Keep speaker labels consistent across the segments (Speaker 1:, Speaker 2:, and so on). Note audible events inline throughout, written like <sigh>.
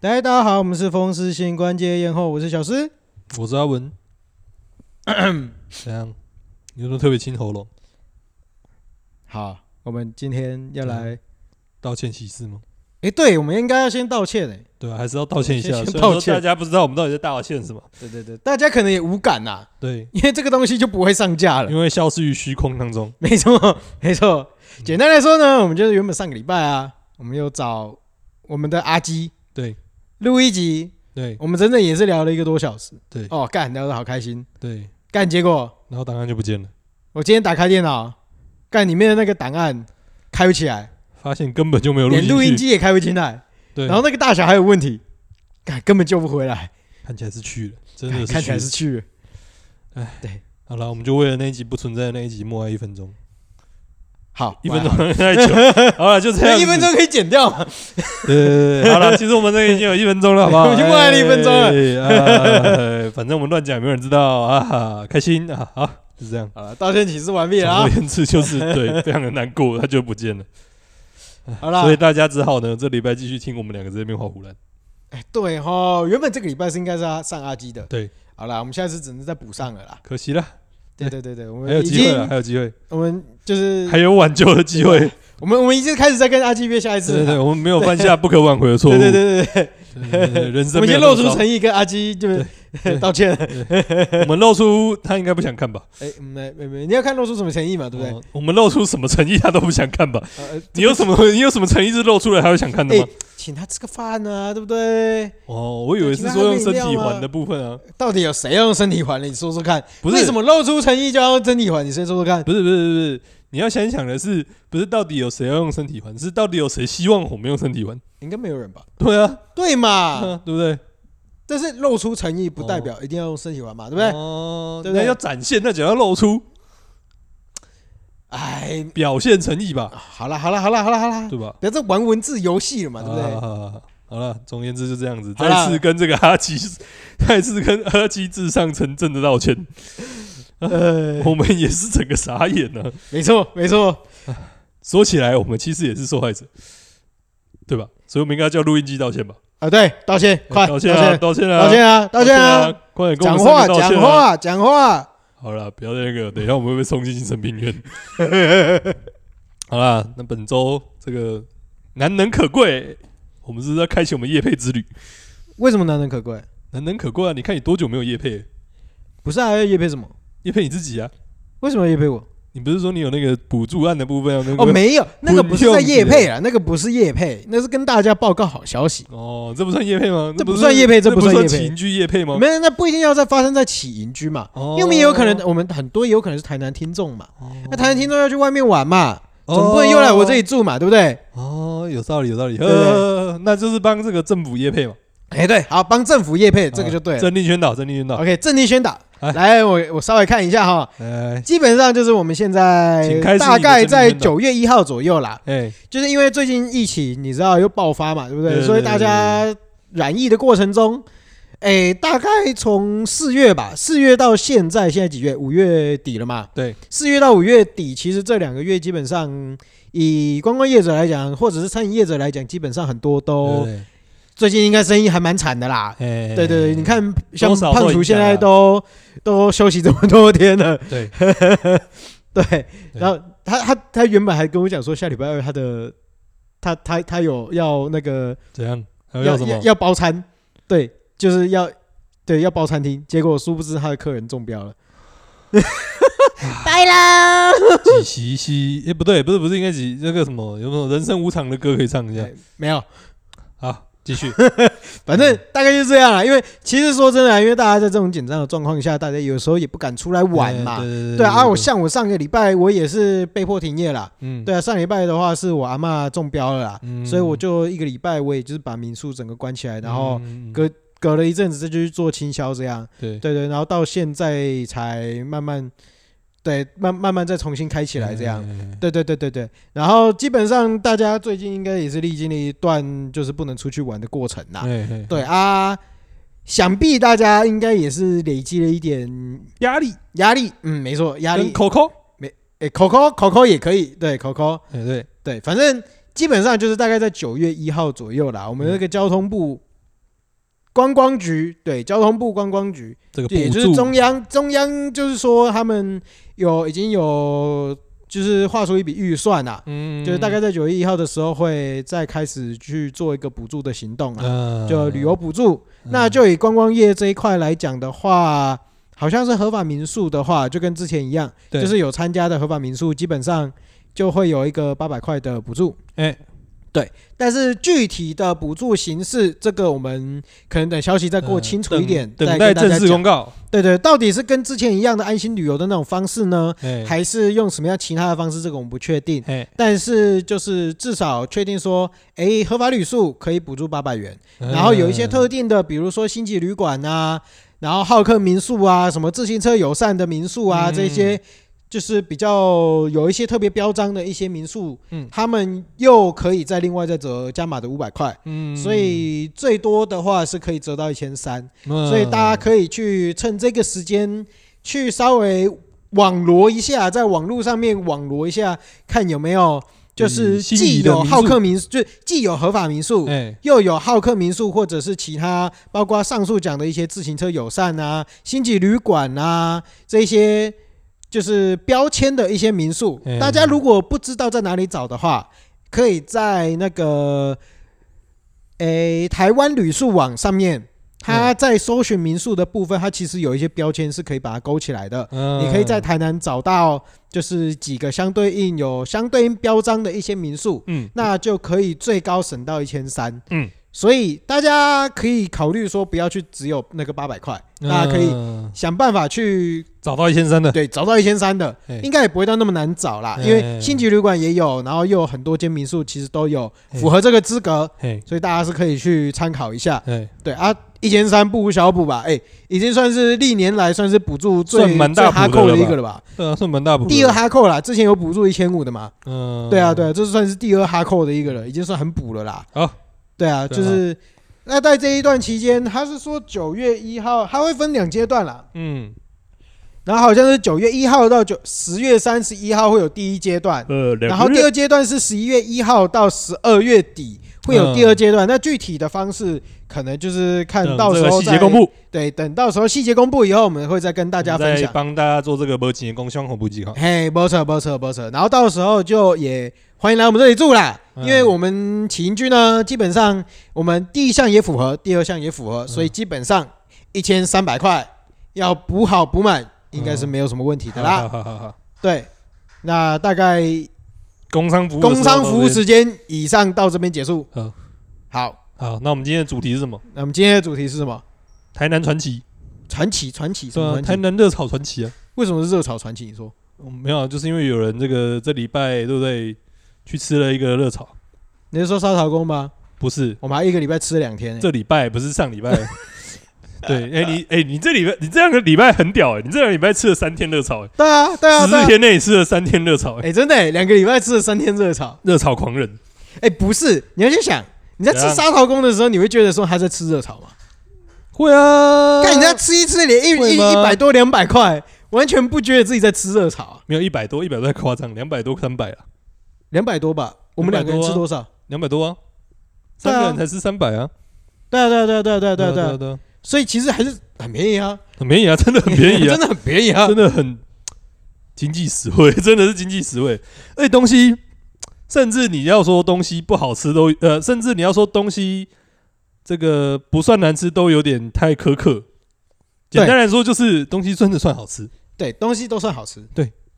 Speaker 1: 来，大家好，我们是风湿性关节炎后，我是小诗。
Speaker 2: 我是阿文。
Speaker 1: <coughs>
Speaker 2: 怎样？你有什么特别清喉咙？
Speaker 1: 好，嗯我们今天要来，
Speaker 2: 道歉启事吗？
Speaker 1: 诶，对，我们应该要先道歉诶。
Speaker 2: 对啊，还是要道歉一下。
Speaker 1: 先
Speaker 2: 虽然
Speaker 1: 道
Speaker 2: 说
Speaker 1: 歉
Speaker 2: 大家不知道我们到底在道歉什么。
Speaker 1: 对对对，大家可能也无感呐、
Speaker 2: 对，
Speaker 1: <laughs> 因为这个东西就不会上架了。
Speaker 2: 因为消失于虚空当中。
Speaker 1: 没错， <laughs> 没错。简单来说呢，我们就是原本上个礼拜啊，我们有找我们的阿基
Speaker 2: 对
Speaker 1: 录一集，
Speaker 2: 对
Speaker 1: 我们整整也是聊了一个多小时。
Speaker 2: 对
Speaker 1: 哦，干聊得好开心，
Speaker 2: 对，
Speaker 1: 干结果
Speaker 2: 然后档案就不见了，
Speaker 1: 我今天打开电脑，干里面的那个档案开不起来，
Speaker 2: 发现根本就没有录
Speaker 1: 连录音
Speaker 2: 进去。
Speaker 1: 机也开不进来。
Speaker 2: 对，
Speaker 1: 然后那个大小还有问题，干根本救不回来，
Speaker 2: 看起来是去了，真的是
Speaker 1: 哎看起来
Speaker 2: 去
Speaker 1: 是
Speaker 2: 了
Speaker 1: 去了。
Speaker 2: 好了，我们就为了那一集不存在的那一集默哀一分钟，
Speaker 1: 好，
Speaker 2: 一分
Speaker 1: 完了，
Speaker 2: 钟太久。好了，就 <laughs> 这
Speaker 1: 那
Speaker 2: 样。
Speaker 1: 一分钟。可以剪掉嘛？
Speaker 2: 对对对，好了，其实我们这个已经有一分钟了，好不好？
Speaker 1: 我们已经默哀了一分钟了
Speaker 2: 了。哎反正我们乱讲，也没有人知道啊，开心啊，好，就这样。
Speaker 1: 好了，道歉启事完毕了
Speaker 2: 总
Speaker 1: 啊
Speaker 2: 而！言之就是对，非常的难过，他就不见了，
Speaker 1: 好啦
Speaker 2: 所以，大家只好呢这礼拜继续听我们两个在那边画胡乱。
Speaker 1: 哎，对哈，原本这个礼拜是应该是要上阿基的，
Speaker 2: 对，
Speaker 1: 好啦，我们下次只能再补上了啦。
Speaker 2: 可惜了，
Speaker 1: 对对对对，我
Speaker 2: 还有
Speaker 1: 们已
Speaker 2: 机会
Speaker 1: 经
Speaker 2: 了，，还有机会，
Speaker 1: 我们就是
Speaker 2: 还有挽救的机会。
Speaker 1: 我们我们已经开始在跟阿基约下一次
Speaker 2: 对对
Speaker 1: 了
Speaker 2: 对，我们没有犯下不可挽回的错误。
Speaker 1: 对对对对对，
Speaker 2: 对对对，人
Speaker 1: 我
Speaker 2: 生
Speaker 1: 们
Speaker 2: 没有
Speaker 1: 先
Speaker 2: 那
Speaker 1: 露
Speaker 2: 么
Speaker 1: 出
Speaker 2: 糟
Speaker 1: 诚意跟阿基就是 <laughs>
Speaker 2: 对
Speaker 1: 道歉。
Speaker 2: 我们露出他应该不想看吧？
Speaker 1: 哎，没没没，你要看露出什么诚意嘛，对不对
Speaker 2: 哦？我们露出什么诚意他都不想看吧？
Speaker 1: 呃呃
Speaker 2: 你有什么你有什么诚意是露出来他会想看的
Speaker 1: 哎
Speaker 2: 吗？，
Speaker 1: 请他吃个饭啊，对不对？
Speaker 2: 哦，我以为是说用身体环的部分啊，
Speaker 1: 到底有谁要用身体环了？你说说看，
Speaker 2: 不是
Speaker 1: 为什么露出诚意就要用身体环？你先说说看。
Speaker 2: 不是不是不是，你要先想的是，不是到底有谁要用身体环，是到底有谁希望我们用身体环？
Speaker 1: 应该没有人吧？
Speaker 2: 对啊，
Speaker 1: 对嘛？
Speaker 2: <laughs> 嗯对不对？
Speaker 1: 但是露出诚意不代表一定要用身体环嘛，对不对？
Speaker 2: 哦，
Speaker 1: 对不对
Speaker 2: 那要展现，那就要露出
Speaker 1: 哎，
Speaker 2: 表现诚意吧，
Speaker 1: 好啦好啦好啦好啦好啦，
Speaker 2: 对吧？
Speaker 1: 不要再玩文字游戏了嘛，对不
Speaker 2: 啊
Speaker 1: 对？
Speaker 2: 好好好好了，总而言之就这样子。
Speaker 1: 好啦
Speaker 2: 再次跟这个阿基，再次跟阿基至上成正的道歉，
Speaker 1: 呃，
Speaker 2: 我们也是整个傻眼呢、啊。
Speaker 1: 没错没错，
Speaker 2: 说起来，我们其实也是受害者，对吧？所以我们应该叫录音机道歉吧？
Speaker 1: 啊对，道歉，快
Speaker 2: 道
Speaker 1: 道
Speaker 2: 歉啊，道歉啊，
Speaker 1: 道歉啊，道歉啊！！
Speaker 2: 快点跟
Speaker 1: 讲
Speaker 2: 我们三
Speaker 1: 话
Speaker 2: 个道歉
Speaker 1: 讲
Speaker 2: 啊！
Speaker 1: 话讲话，
Speaker 2: 好了，不要再那个，等一下我们会被送进精神
Speaker 1: <laughs>
Speaker 2: 病院。好啦，那本周这个难能可贵，我们是不是要开启我们夜配之旅。
Speaker 1: 为什么难能可贵？
Speaker 2: 难能可贵啊！你看你多久没有夜配？
Speaker 1: 不是还要叶配什么？
Speaker 2: 夜配你自己啊！
Speaker 1: 为什么要叶配我？
Speaker 2: 你不是说你有那个补助案的部分要啊跟各
Speaker 1: 哦，
Speaker 2: 位
Speaker 1: 没有，那个不是在
Speaker 2: 混用
Speaker 1: 叶配啊，那个不是叶配，那是跟大家报告好消息。
Speaker 2: 哦，这不算夜配吗？
Speaker 1: 这不
Speaker 2: 不
Speaker 1: 算业配这
Speaker 2: 这
Speaker 1: 不算
Speaker 2: 算
Speaker 1: 业配
Speaker 2: 起邻居夜配吗？
Speaker 1: 没有，那不一定要在发生在起营居嘛，
Speaker 2: 哦
Speaker 1: 因为我们也有可能，我们很多也有可能是台南听众嘛，
Speaker 2: 哦
Speaker 1: 那台南听众要去外面玩嘛，
Speaker 2: 哦
Speaker 1: 总不能又来我这里住嘛，对不对？
Speaker 2: 哦，有道理，有道理。
Speaker 1: 对不对
Speaker 2: 呃，那就是帮这个政府夜配嘛，
Speaker 1: 哎，对，好，帮政府业配这个就对了。哦
Speaker 2: 政令宣导，政令宣导。
Speaker 1: OK，正定宣导，
Speaker 2: 啊哎
Speaker 1: 来，我我稍微看一下哈，
Speaker 2: 哎
Speaker 1: 基本上就是我们现在
Speaker 2: 请开始
Speaker 1: 大概在
Speaker 2: 你的政令宣导
Speaker 1: 九月一号左右啦，
Speaker 2: 哎，
Speaker 1: 就是因为最近疫情，你知道又爆发嘛，对不
Speaker 2: 对
Speaker 1: 对？
Speaker 2: 对
Speaker 1: 所以大家染疫的过程中，哎，大概从四月吧，四月到现在，现在几月？五月底了嘛。
Speaker 2: 对，
Speaker 1: 四月到五月底，其实这两个月基本上，以观光业者来讲，或者是餐饮业者来讲，基本上很多都
Speaker 2: 对
Speaker 1: 最近应该生意还蛮惨的啦。
Speaker 2: 哎，
Speaker 1: 哦对对对，你看像
Speaker 2: 多少都
Speaker 1: 胖厨
Speaker 2: 影响
Speaker 1: 现在
Speaker 2: 啊
Speaker 1: 都都休息这么多天了，
Speaker 2: 对，
Speaker 1: <laughs> 对，然后他他他原本还跟我讲说下礼拜二他的他他他有要那个
Speaker 2: 怎样？还有
Speaker 1: 要
Speaker 2: 要什么
Speaker 1: 要？要包餐，对，就是要对要包餐厅，结果殊不知他的客人中标
Speaker 2: <laughs>
Speaker 1: 了，拜啦。
Speaker 2: 几席西？哎，不对，不是不是，应该几那个什么？有没有人生无常的歌可以唱一下
Speaker 1: 哎？没有，
Speaker 2: 好，继
Speaker 1: <laughs>
Speaker 2: 续。
Speaker 1: 反正大概就是这样啦。因为其实说真的啊，因为大家在这种紧张的状况下，大家有时候也不敢出来玩
Speaker 2: 哎
Speaker 1: 嘛。
Speaker 2: 对对
Speaker 1: 对啊啊，我像我上个礼拜我也是被迫停业啦。
Speaker 2: 嗯，
Speaker 1: 对啊，上礼拜的话是我阿嬷中标了啦，
Speaker 2: 嗯
Speaker 1: 所以我就一个礼拜我也就是把民宿整个关起来，然后
Speaker 2: 嗯
Speaker 1: 隔隔了一阵子再去做清销这样。
Speaker 2: 对
Speaker 1: 对对，然后到现在才慢慢对慢慢慢再重新开起来这样。，
Speaker 2: 嗯
Speaker 1: 对对对对对，然后基本上大家最近应该也是历经了一段就是不能出去玩的过程啦。
Speaker 2: 哎哎
Speaker 1: 对啊，想必大家应该也是累积了一点
Speaker 2: 压力
Speaker 1: 压力，嗯，没错，压力
Speaker 2: 跟。Coco，
Speaker 1: 诶，Coco Coco 也可以，对，Coco
Speaker 2: 哎对，嗯
Speaker 1: 对，反正基本上就是大概在九月一号左右啦。我们那个交通部观光局对交通部观光局，
Speaker 2: 这个
Speaker 1: 也
Speaker 2: 补
Speaker 1: 就
Speaker 2: 助
Speaker 1: 是中央中央就是说他们有已经有就是划出一笔预算啦、
Speaker 2: 嗯
Speaker 1: 就是大概在九月一号的时候会再开始去做一个补助的行动啊，
Speaker 2: 嗯
Speaker 1: 就旅游补助。
Speaker 2: 嗯
Speaker 1: 那就以观光业这一块来讲的话，好像是合法民宿的话，就跟之前一样，
Speaker 2: 对
Speaker 1: 就是有参加的合法民宿基本上就会有一个八百块的补助。
Speaker 2: 哎
Speaker 1: 但是具体的补助形式，这个我们可能等消息再过
Speaker 2: 嗯
Speaker 1: 清楚一点，
Speaker 2: 等
Speaker 1: 再
Speaker 2: 等
Speaker 1: 跟
Speaker 2: 待
Speaker 1: 大家
Speaker 2: 正式公
Speaker 1: 讲。
Speaker 2: 告，
Speaker 1: 对对，到底是跟之前一样的安心旅游的那种方式呢，
Speaker 2: 哎
Speaker 1: 还是用什么样其他的方式？这个我们不确定。
Speaker 2: 哎，
Speaker 1: 但是就是至少确定说，诶，合法旅宿可以补助八百元，然
Speaker 2: 然
Speaker 1: 后有一些特定的，比如说星级旅馆啊，然后好客民宿啊，什么自行车友善的民宿啊，
Speaker 2: 嗯
Speaker 1: 这些就是比较有一些特别标章的一些民宿，
Speaker 2: 嗯
Speaker 1: 他们又可以再另外再折加码的五百块，
Speaker 2: 嗯
Speaker 1: 所以最多的话是可以折到一千三，
Speaker 2: 所
Speaker 1: 所以大家可以去趁这个时间去稍微网罗一下，在网络上面网罗一下，看有没有就是
Speaker 2: 嗯心仪
Speaker 1: 既
Speaker 2: 的
Speaker 1: 有
Speaker 2: 民
Speaker 1: 好
Speaker 2: 宿
Speaker 1: 客民宿，就既有合法民宿，
Speaker 2: 哎
Speaker 1: 又有好客民宿或者是其他，包括上述讲的一些自行车友善啊、星级旅馆啊这些，就是标签的一些民宿
Speaker 2: 嗯。
Speaker 1: 大家如果不知道在哪里找的话，可以在那个诶、台湾旅宿网上
Speaker 2: 嗯
Speaker 1: 面，它在搜寻民宿的部分，它其实有一些标签是可以把它勾起来的。
Speaker 2: 嗯
Speaker 1: 你可以在台南找到，就是几个相对应有相对应标章的一些民宿，
Speaker 2: 嗯
Speaker 1: 那就可以最高省到一千三。
Speaker 2: 嗯，
Speaker 1: 所以大家可以考虑说，不要去只有那个八百块，大家可以
Speaker 2: 嗯
Speaker 1: 想办法去
Speaker 2: 找到一千三的，
Speaker 1: 对找到一千三
Speaker 2: <laughs>
Speaker 1: 的
Speaker 2: 哎，
Speaker 1: 应该也不会到那么难找啦，
Speaker 2: 哎
Speaker 1: 因为星级旅馆也有，然后又有很多间民宿其实都有符合这个资格，
Speaker 2: 哎
Speaker 1: 所以大家是可以去参考一下。
Speaker 2: 哎，
Speaker 1: 对啊，一千三不无小补吧？哎，已经算是历年来算是补助最
Speaker 2: 算蛮大
Speaker 1: 最哈
Speaker 2: 补的
Speaker 1: 扣
Speaker 2: 了
Speaker 1: 的一
Speaker 2: 吧
Speaker 1: 个了吧？
Speaker 2: 对啊，算蛮大补的。
Speaker 1: 第二哈扣啦，之前有补助一千五的嘛，
Speaker 2: 嗯，
Speaker 1: 对啊，对啊，这算是第二哈扣的一个了，已经算很补了啦。
Speaker 2: 好，
Speaker 1: 对啊，
Speaker 2: 对啊
Speaker 1: 就是那在这一段期间，他是说九月一号，他会分两阶段啦。
Speaker 2: 嗯，
Speaker 1: 然后好像是九月一号到九十月三十一号会有第一阶段，
Speaker 2: 呃，
Speaker 1: 然后第二阶段是十一月一号到十二月底会有第二阶
Speaker 2: 嗯
Speaker 1: 段。那具体的方式可能就是看到时候
Speaker 2: 细
Speaker 1: 再
Speaker 2: 节公，布，
Speaker 1: 对，等到时候细节公布以后，我们会再跟大家分
Speaker 2: 再
Speaker 1: 享。
Speaker 2: 帮大家做这个没几年工商恐怖计划。
Speaker 1: 嘿，不错不错不错，然后到时候就也欢迎来我们这里住啦，
Speaker 2: 嗯
Speaker 1: 因为我们起因居呢，基本上我们第一项也符合，第二项也符
Speaker 2: 嗯
Speaker 1: 合，所以基本上一千三百块要补好补满，应该是没有什么问题的啦。
Speaker 2: 好好好好，
Speaker 1: 对，那大概
Speaker 2: 工商服务的时
Speaker 1: 工
Speaker 2: 候
Speaker 1: 商服务
Speaker 2: 到这边
Speaker 1: 时间以上到这边结束。
Speaker 2: 好，
Speaker 1: 好，
Speaker 2: 好，那我们今天的主题是什么？
Speaker 1: 那我们今天的主题是什么？
Speaker 2: 台南传奇，
Speaker 1: 传奇，传奇，什
Speaker 2: 对
Speaker 1: 么
Speaker 2: 啊，台
Speaker 1: 传奇？
Speaker 2: 南热炒传奇啊。
Speaker 1: 为什么是热炒传奇？你说
Speaker 2: 嗯没有啊，就是因为有人这个这礼拜对不对，去吃了一个热炒，
Speaker 1: 你是说烧陶工吗？
Speaker 2: 不是
Speaker 1: 我们还一个礼拜吃了两天、欸，
Speaker 2: 这礼拜，不是上礼拜。 <laughs> 对，哎、你哎、你这礼拜你这样的礼拜很屌哎、你这样的礼拜吃了三天热炒哎、
Speaker 1: 对啊，对啊，
Speaker 2: 十
Speaker 1: 对啊
Speaker 2: 四。天内吃了三天热炒哎、
Speaker 1: <laughs> 哎、真的、欸，两个礼拜吃了三天热炒。
Speaker 2: 热炒狂人，
Speaker 1: 哎、不是，你要去想，你在吃
Speaker 2: 怎样
Speaker 1: 沙陶公的时候，你会觉得说他在吃热炒吗？
Speaker 2: 会啊
Speaker 1: 但你在吃一吃，连一
Speaker 2: 会
Speaker 1: 一
Speaker 2: 吗
Speaker 1: 一百多两百块，完全不觉得自己在吃热炒、啊，
Speaker 2: <laughs> 没有一百多，一百多太夸张，两百多三百啊，
Speaker 1: 两百多啊吧？我们两个人吃多少？
Speaker 2: 两百多啊，
Speaker 1: 对
Speaker 2: 三
Speaker 1: 啊
Speaker 2: 个人才吃三百啊，
Speaker 1: 对啊，对啊，对啊，对啊，对啊，对啊，
Speaker 2: 对
Speaker 1: 对
Speaker 2: 啊
Speaker 1: 啊，
Speaker 2: 对啊，
Speaker 1: 所以其实还是很便宜啊，
Speaker 2: 很便宜啊，真的很便宜啊
Speaker 1: <laughs> 真，的很便宜
Speaker 2: <laughs>
Speaker 1: 啊
Speaker 2: 真。的很经济实惠， <laughs> 真的是经济实惠。而且东西，甚至你要说东西不好吃都，呃，甚至你要说东西这个不算难吃，都有点太苛刻。简单来说，就是东西真的算好吃，
Speaker 1: 对，东西都算好吃，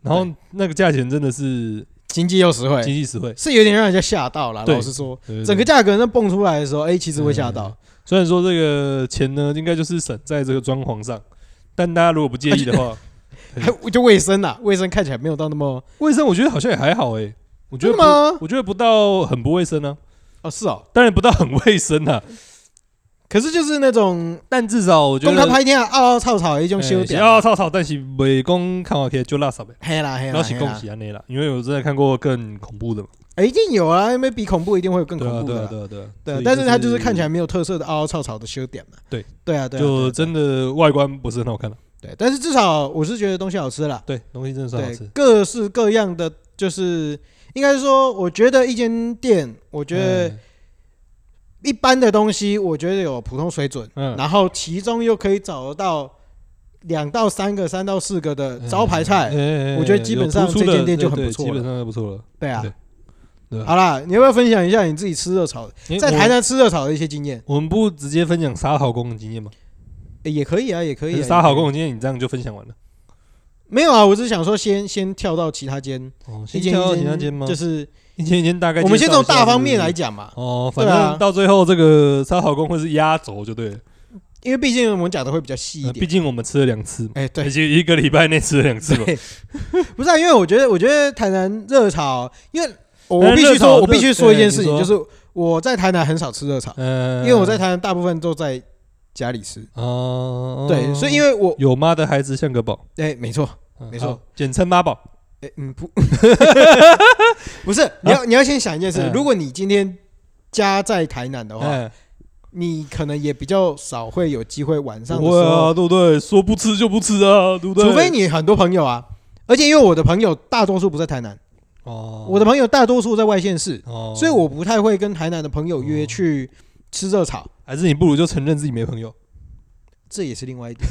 Speaker 2: 然后那个价钱真的是
Speaker 1: 经济又实惠，
Speaker 2: 经济实惠。
Speaker 1: 是有点让人家吓到了。
Speaker 2: 对
Speaker 1: 老实说，
Speaker 2: 对对
Speaker 1: 整个
Speaker 2: 对
Speaker 1: 价格那蹦出来的时候，哎、其实会吓到。
Speaker 2: 虽然说这个钱呢，应该就是省在这个装潢上，但大家如果不介意的话，对
Speaker 1: 还就卫生呐、卫生看起来没有到那么，
Speaker 2: 卫生我觉得好像也还好诶、我觉
Speaker 1: 真
Speaker 2: 得
Speaker 1: 的
Speaker 2: 不，
Speaker 1: 吗？
Speaker 2: 我觉得不到很不卫生啊，
Speaker 1: 哦，是哦，
Speaker 2: 当然不到很卫生啊，
Speaker 1: 可是就是那种
Speaker 2: 但至少我觉
Speaker 1: 公
Speaker 2: 得
Speaker 1: 开拍天啊，嗷嗷吵吵的一种修
Speaker 2: 欸
Speaker 1: 点
Speaker 2: 是。啊，操操，但是袂讲看完可以就垃圾呗，
Speaker 1: 嘿啦嘿啦，啊
Speaker 2: 然后是
Speaker 1: 嘿
Speaker 2: 恭
Speaker 1: 啦
Speaker 2: 喜安内啦，因为我真的看过更恐怖的嘛，
Speaker 1: 哎，一定有啊，因为比恐怖一定会有更
Speaker 2: 对啊
Speaker 1: 恐怖
Speaker 2: 对
Speaker 1: 的
Speaker 2: 啊
Speaker 1: 啦。
Speaker 2: 对啊对啊，
Speaker 1: 对
Speaker 2: 所
Speaker 1: 啊，
Speaker 2: 以
Speaker 1: 但是它就是看起来没有特色的嗷嗷吵吵的修点嘛。
Speaker 2: 对
Speaker 1: 对啊，对啊，对
Speaker 2: 就
Speaker 1: 啊
Speaker 2: 真的外观不是很好看了，啊
Speaker 1: 对，但是至少我是觉得东西好吃啦。
Speaker 2: 对，东西真的算好
Speaker 1: 对
Speaker 2: 吃，，
Speaker 1: 各式各样的，就是应该是说，我觉得一间店，我觉得
Speaker 2: 嗯
Speaker 1: 一般的东西，我觉得有普通水准，
Speaker 2: 嗯
Speaker 1: 然后其中又可以找得到两到三个、三到四个的招牌菜，
Speaker 2: 嗯哎
Speaker 1: 我觉得基本上
Speaker 2: 有突出的
Speaker 1: 这间店就很
Speaker 2: 对对
Speaker 1: 不错
Speaker 2: 基
Speaker 1: 了
Speaker 2: 本上就不错了。
Speaker 1: 对啊。
Speaker 2: 对对啊
Speaker 1: 好啦，你要不要分享一下你自己吃热炒的，
Speaker 2: 因为
Speaker 1: 在
Speaker 2: 哎我
Speaker 1: 台南吃热炒的一些经验？
Speaker 2: 我们不直接分享杀好工的经验吗？
Speaker 1: 诶也可以啊，也可以、
Speaker 2: 可
Speaker 1: 啊。
Speaker 2: 是杀好
Speaker 1: 也可以
Speaker 2: 工的经验，你这样就分享完了。
Speaker 1: 没有啊，我只是想说先先跳到其他间，
Speaker 2: 哦，先
Speaker 1: 一间
Speaker 2: 跳到
Speaker 1: 一
Speaker 2: 其他间吗？
Speaker 1: 就是
Speaker 2: 一间一间大概介绍一下。
Speaker 1: 我们先从大方面
Speaker 2: 是不是
Speaker 1: 来讲嘛，
Speaker 2: 哦，反
Speaker 1: 对啊
Speaker 2: 正到最后这个烧烤工会是压轴就对了，
Speaker 1: 因为毕竟我们讲的会比较细一
Speaker 2: 呃毕
Speaker 1: 点。
Speaker 2: 竟我们吃了两次嘛，
Speaker 1: 哎、对
Speaker 2: 已，经一个礼拜内吃了
Speaker 1: <laughs>
Speaker 2: 两次嘛。
Speaker 1: 对，不是啊，因为我觉得，我觉得台南热炒，因为
Speaker 2: 台
Speaker 1: 我
Speaker 2: 南
Speaker 1: 必须
Speaker 2: 热炒
Speaker 1: 说，我必须说一件事情，
Speaker 2: 对
Speaker 1: 就
Speaker 2: 你
Speaker 1: 是我在台南很少吃热炒，
Speaker 2: 嗯，
Speaker 1: 因为我在台南大部分都在家里吃。
Speaker 2: 哦，
Speaker 1: 对，所以因
Speaker 2: 为
Speaker 1: 为我
Speaker 2: 有妈的孩子像个宝，
Speaker 1: 哎，没错，
Speaker 2: 嗯
Speaker 1: 没错，
Speaker 2: 好简称妈宝。
Speaker 1: 哎，嗯，
Speaker 2: <laughs>
Speaker 1: 不，不是，你要你要先想一件事
Speaker 2: 啊嗯，
Speaker 1: 如果你今天家在台南的话，
Speaker 2: 哎，
Speaker 1: 你可能也比较少会有机会晚上的
Speaker 2: 不
Speaker 1: 时
Speaker 2: 会
Speaker 1: 候
Speaker 2: 啊，对不对？说不吃就不吃啊，对不对？
Speaker 1: 除非你很多朋友啊，而且因为我的朋友大多数不在台南，
Speaker 2: 哦，
Speaker 1: 我的朋友大多数在外县市，
Speaker 2: 哦，
Speaker 1: 所以我不太会跟台南的朋友约
Speaker 2: 哦
Speaker 1: 去吃热炒，
Speaker 2: 还是你不如就承认自己没朋友。
Speaker 1: 这也是另外一点。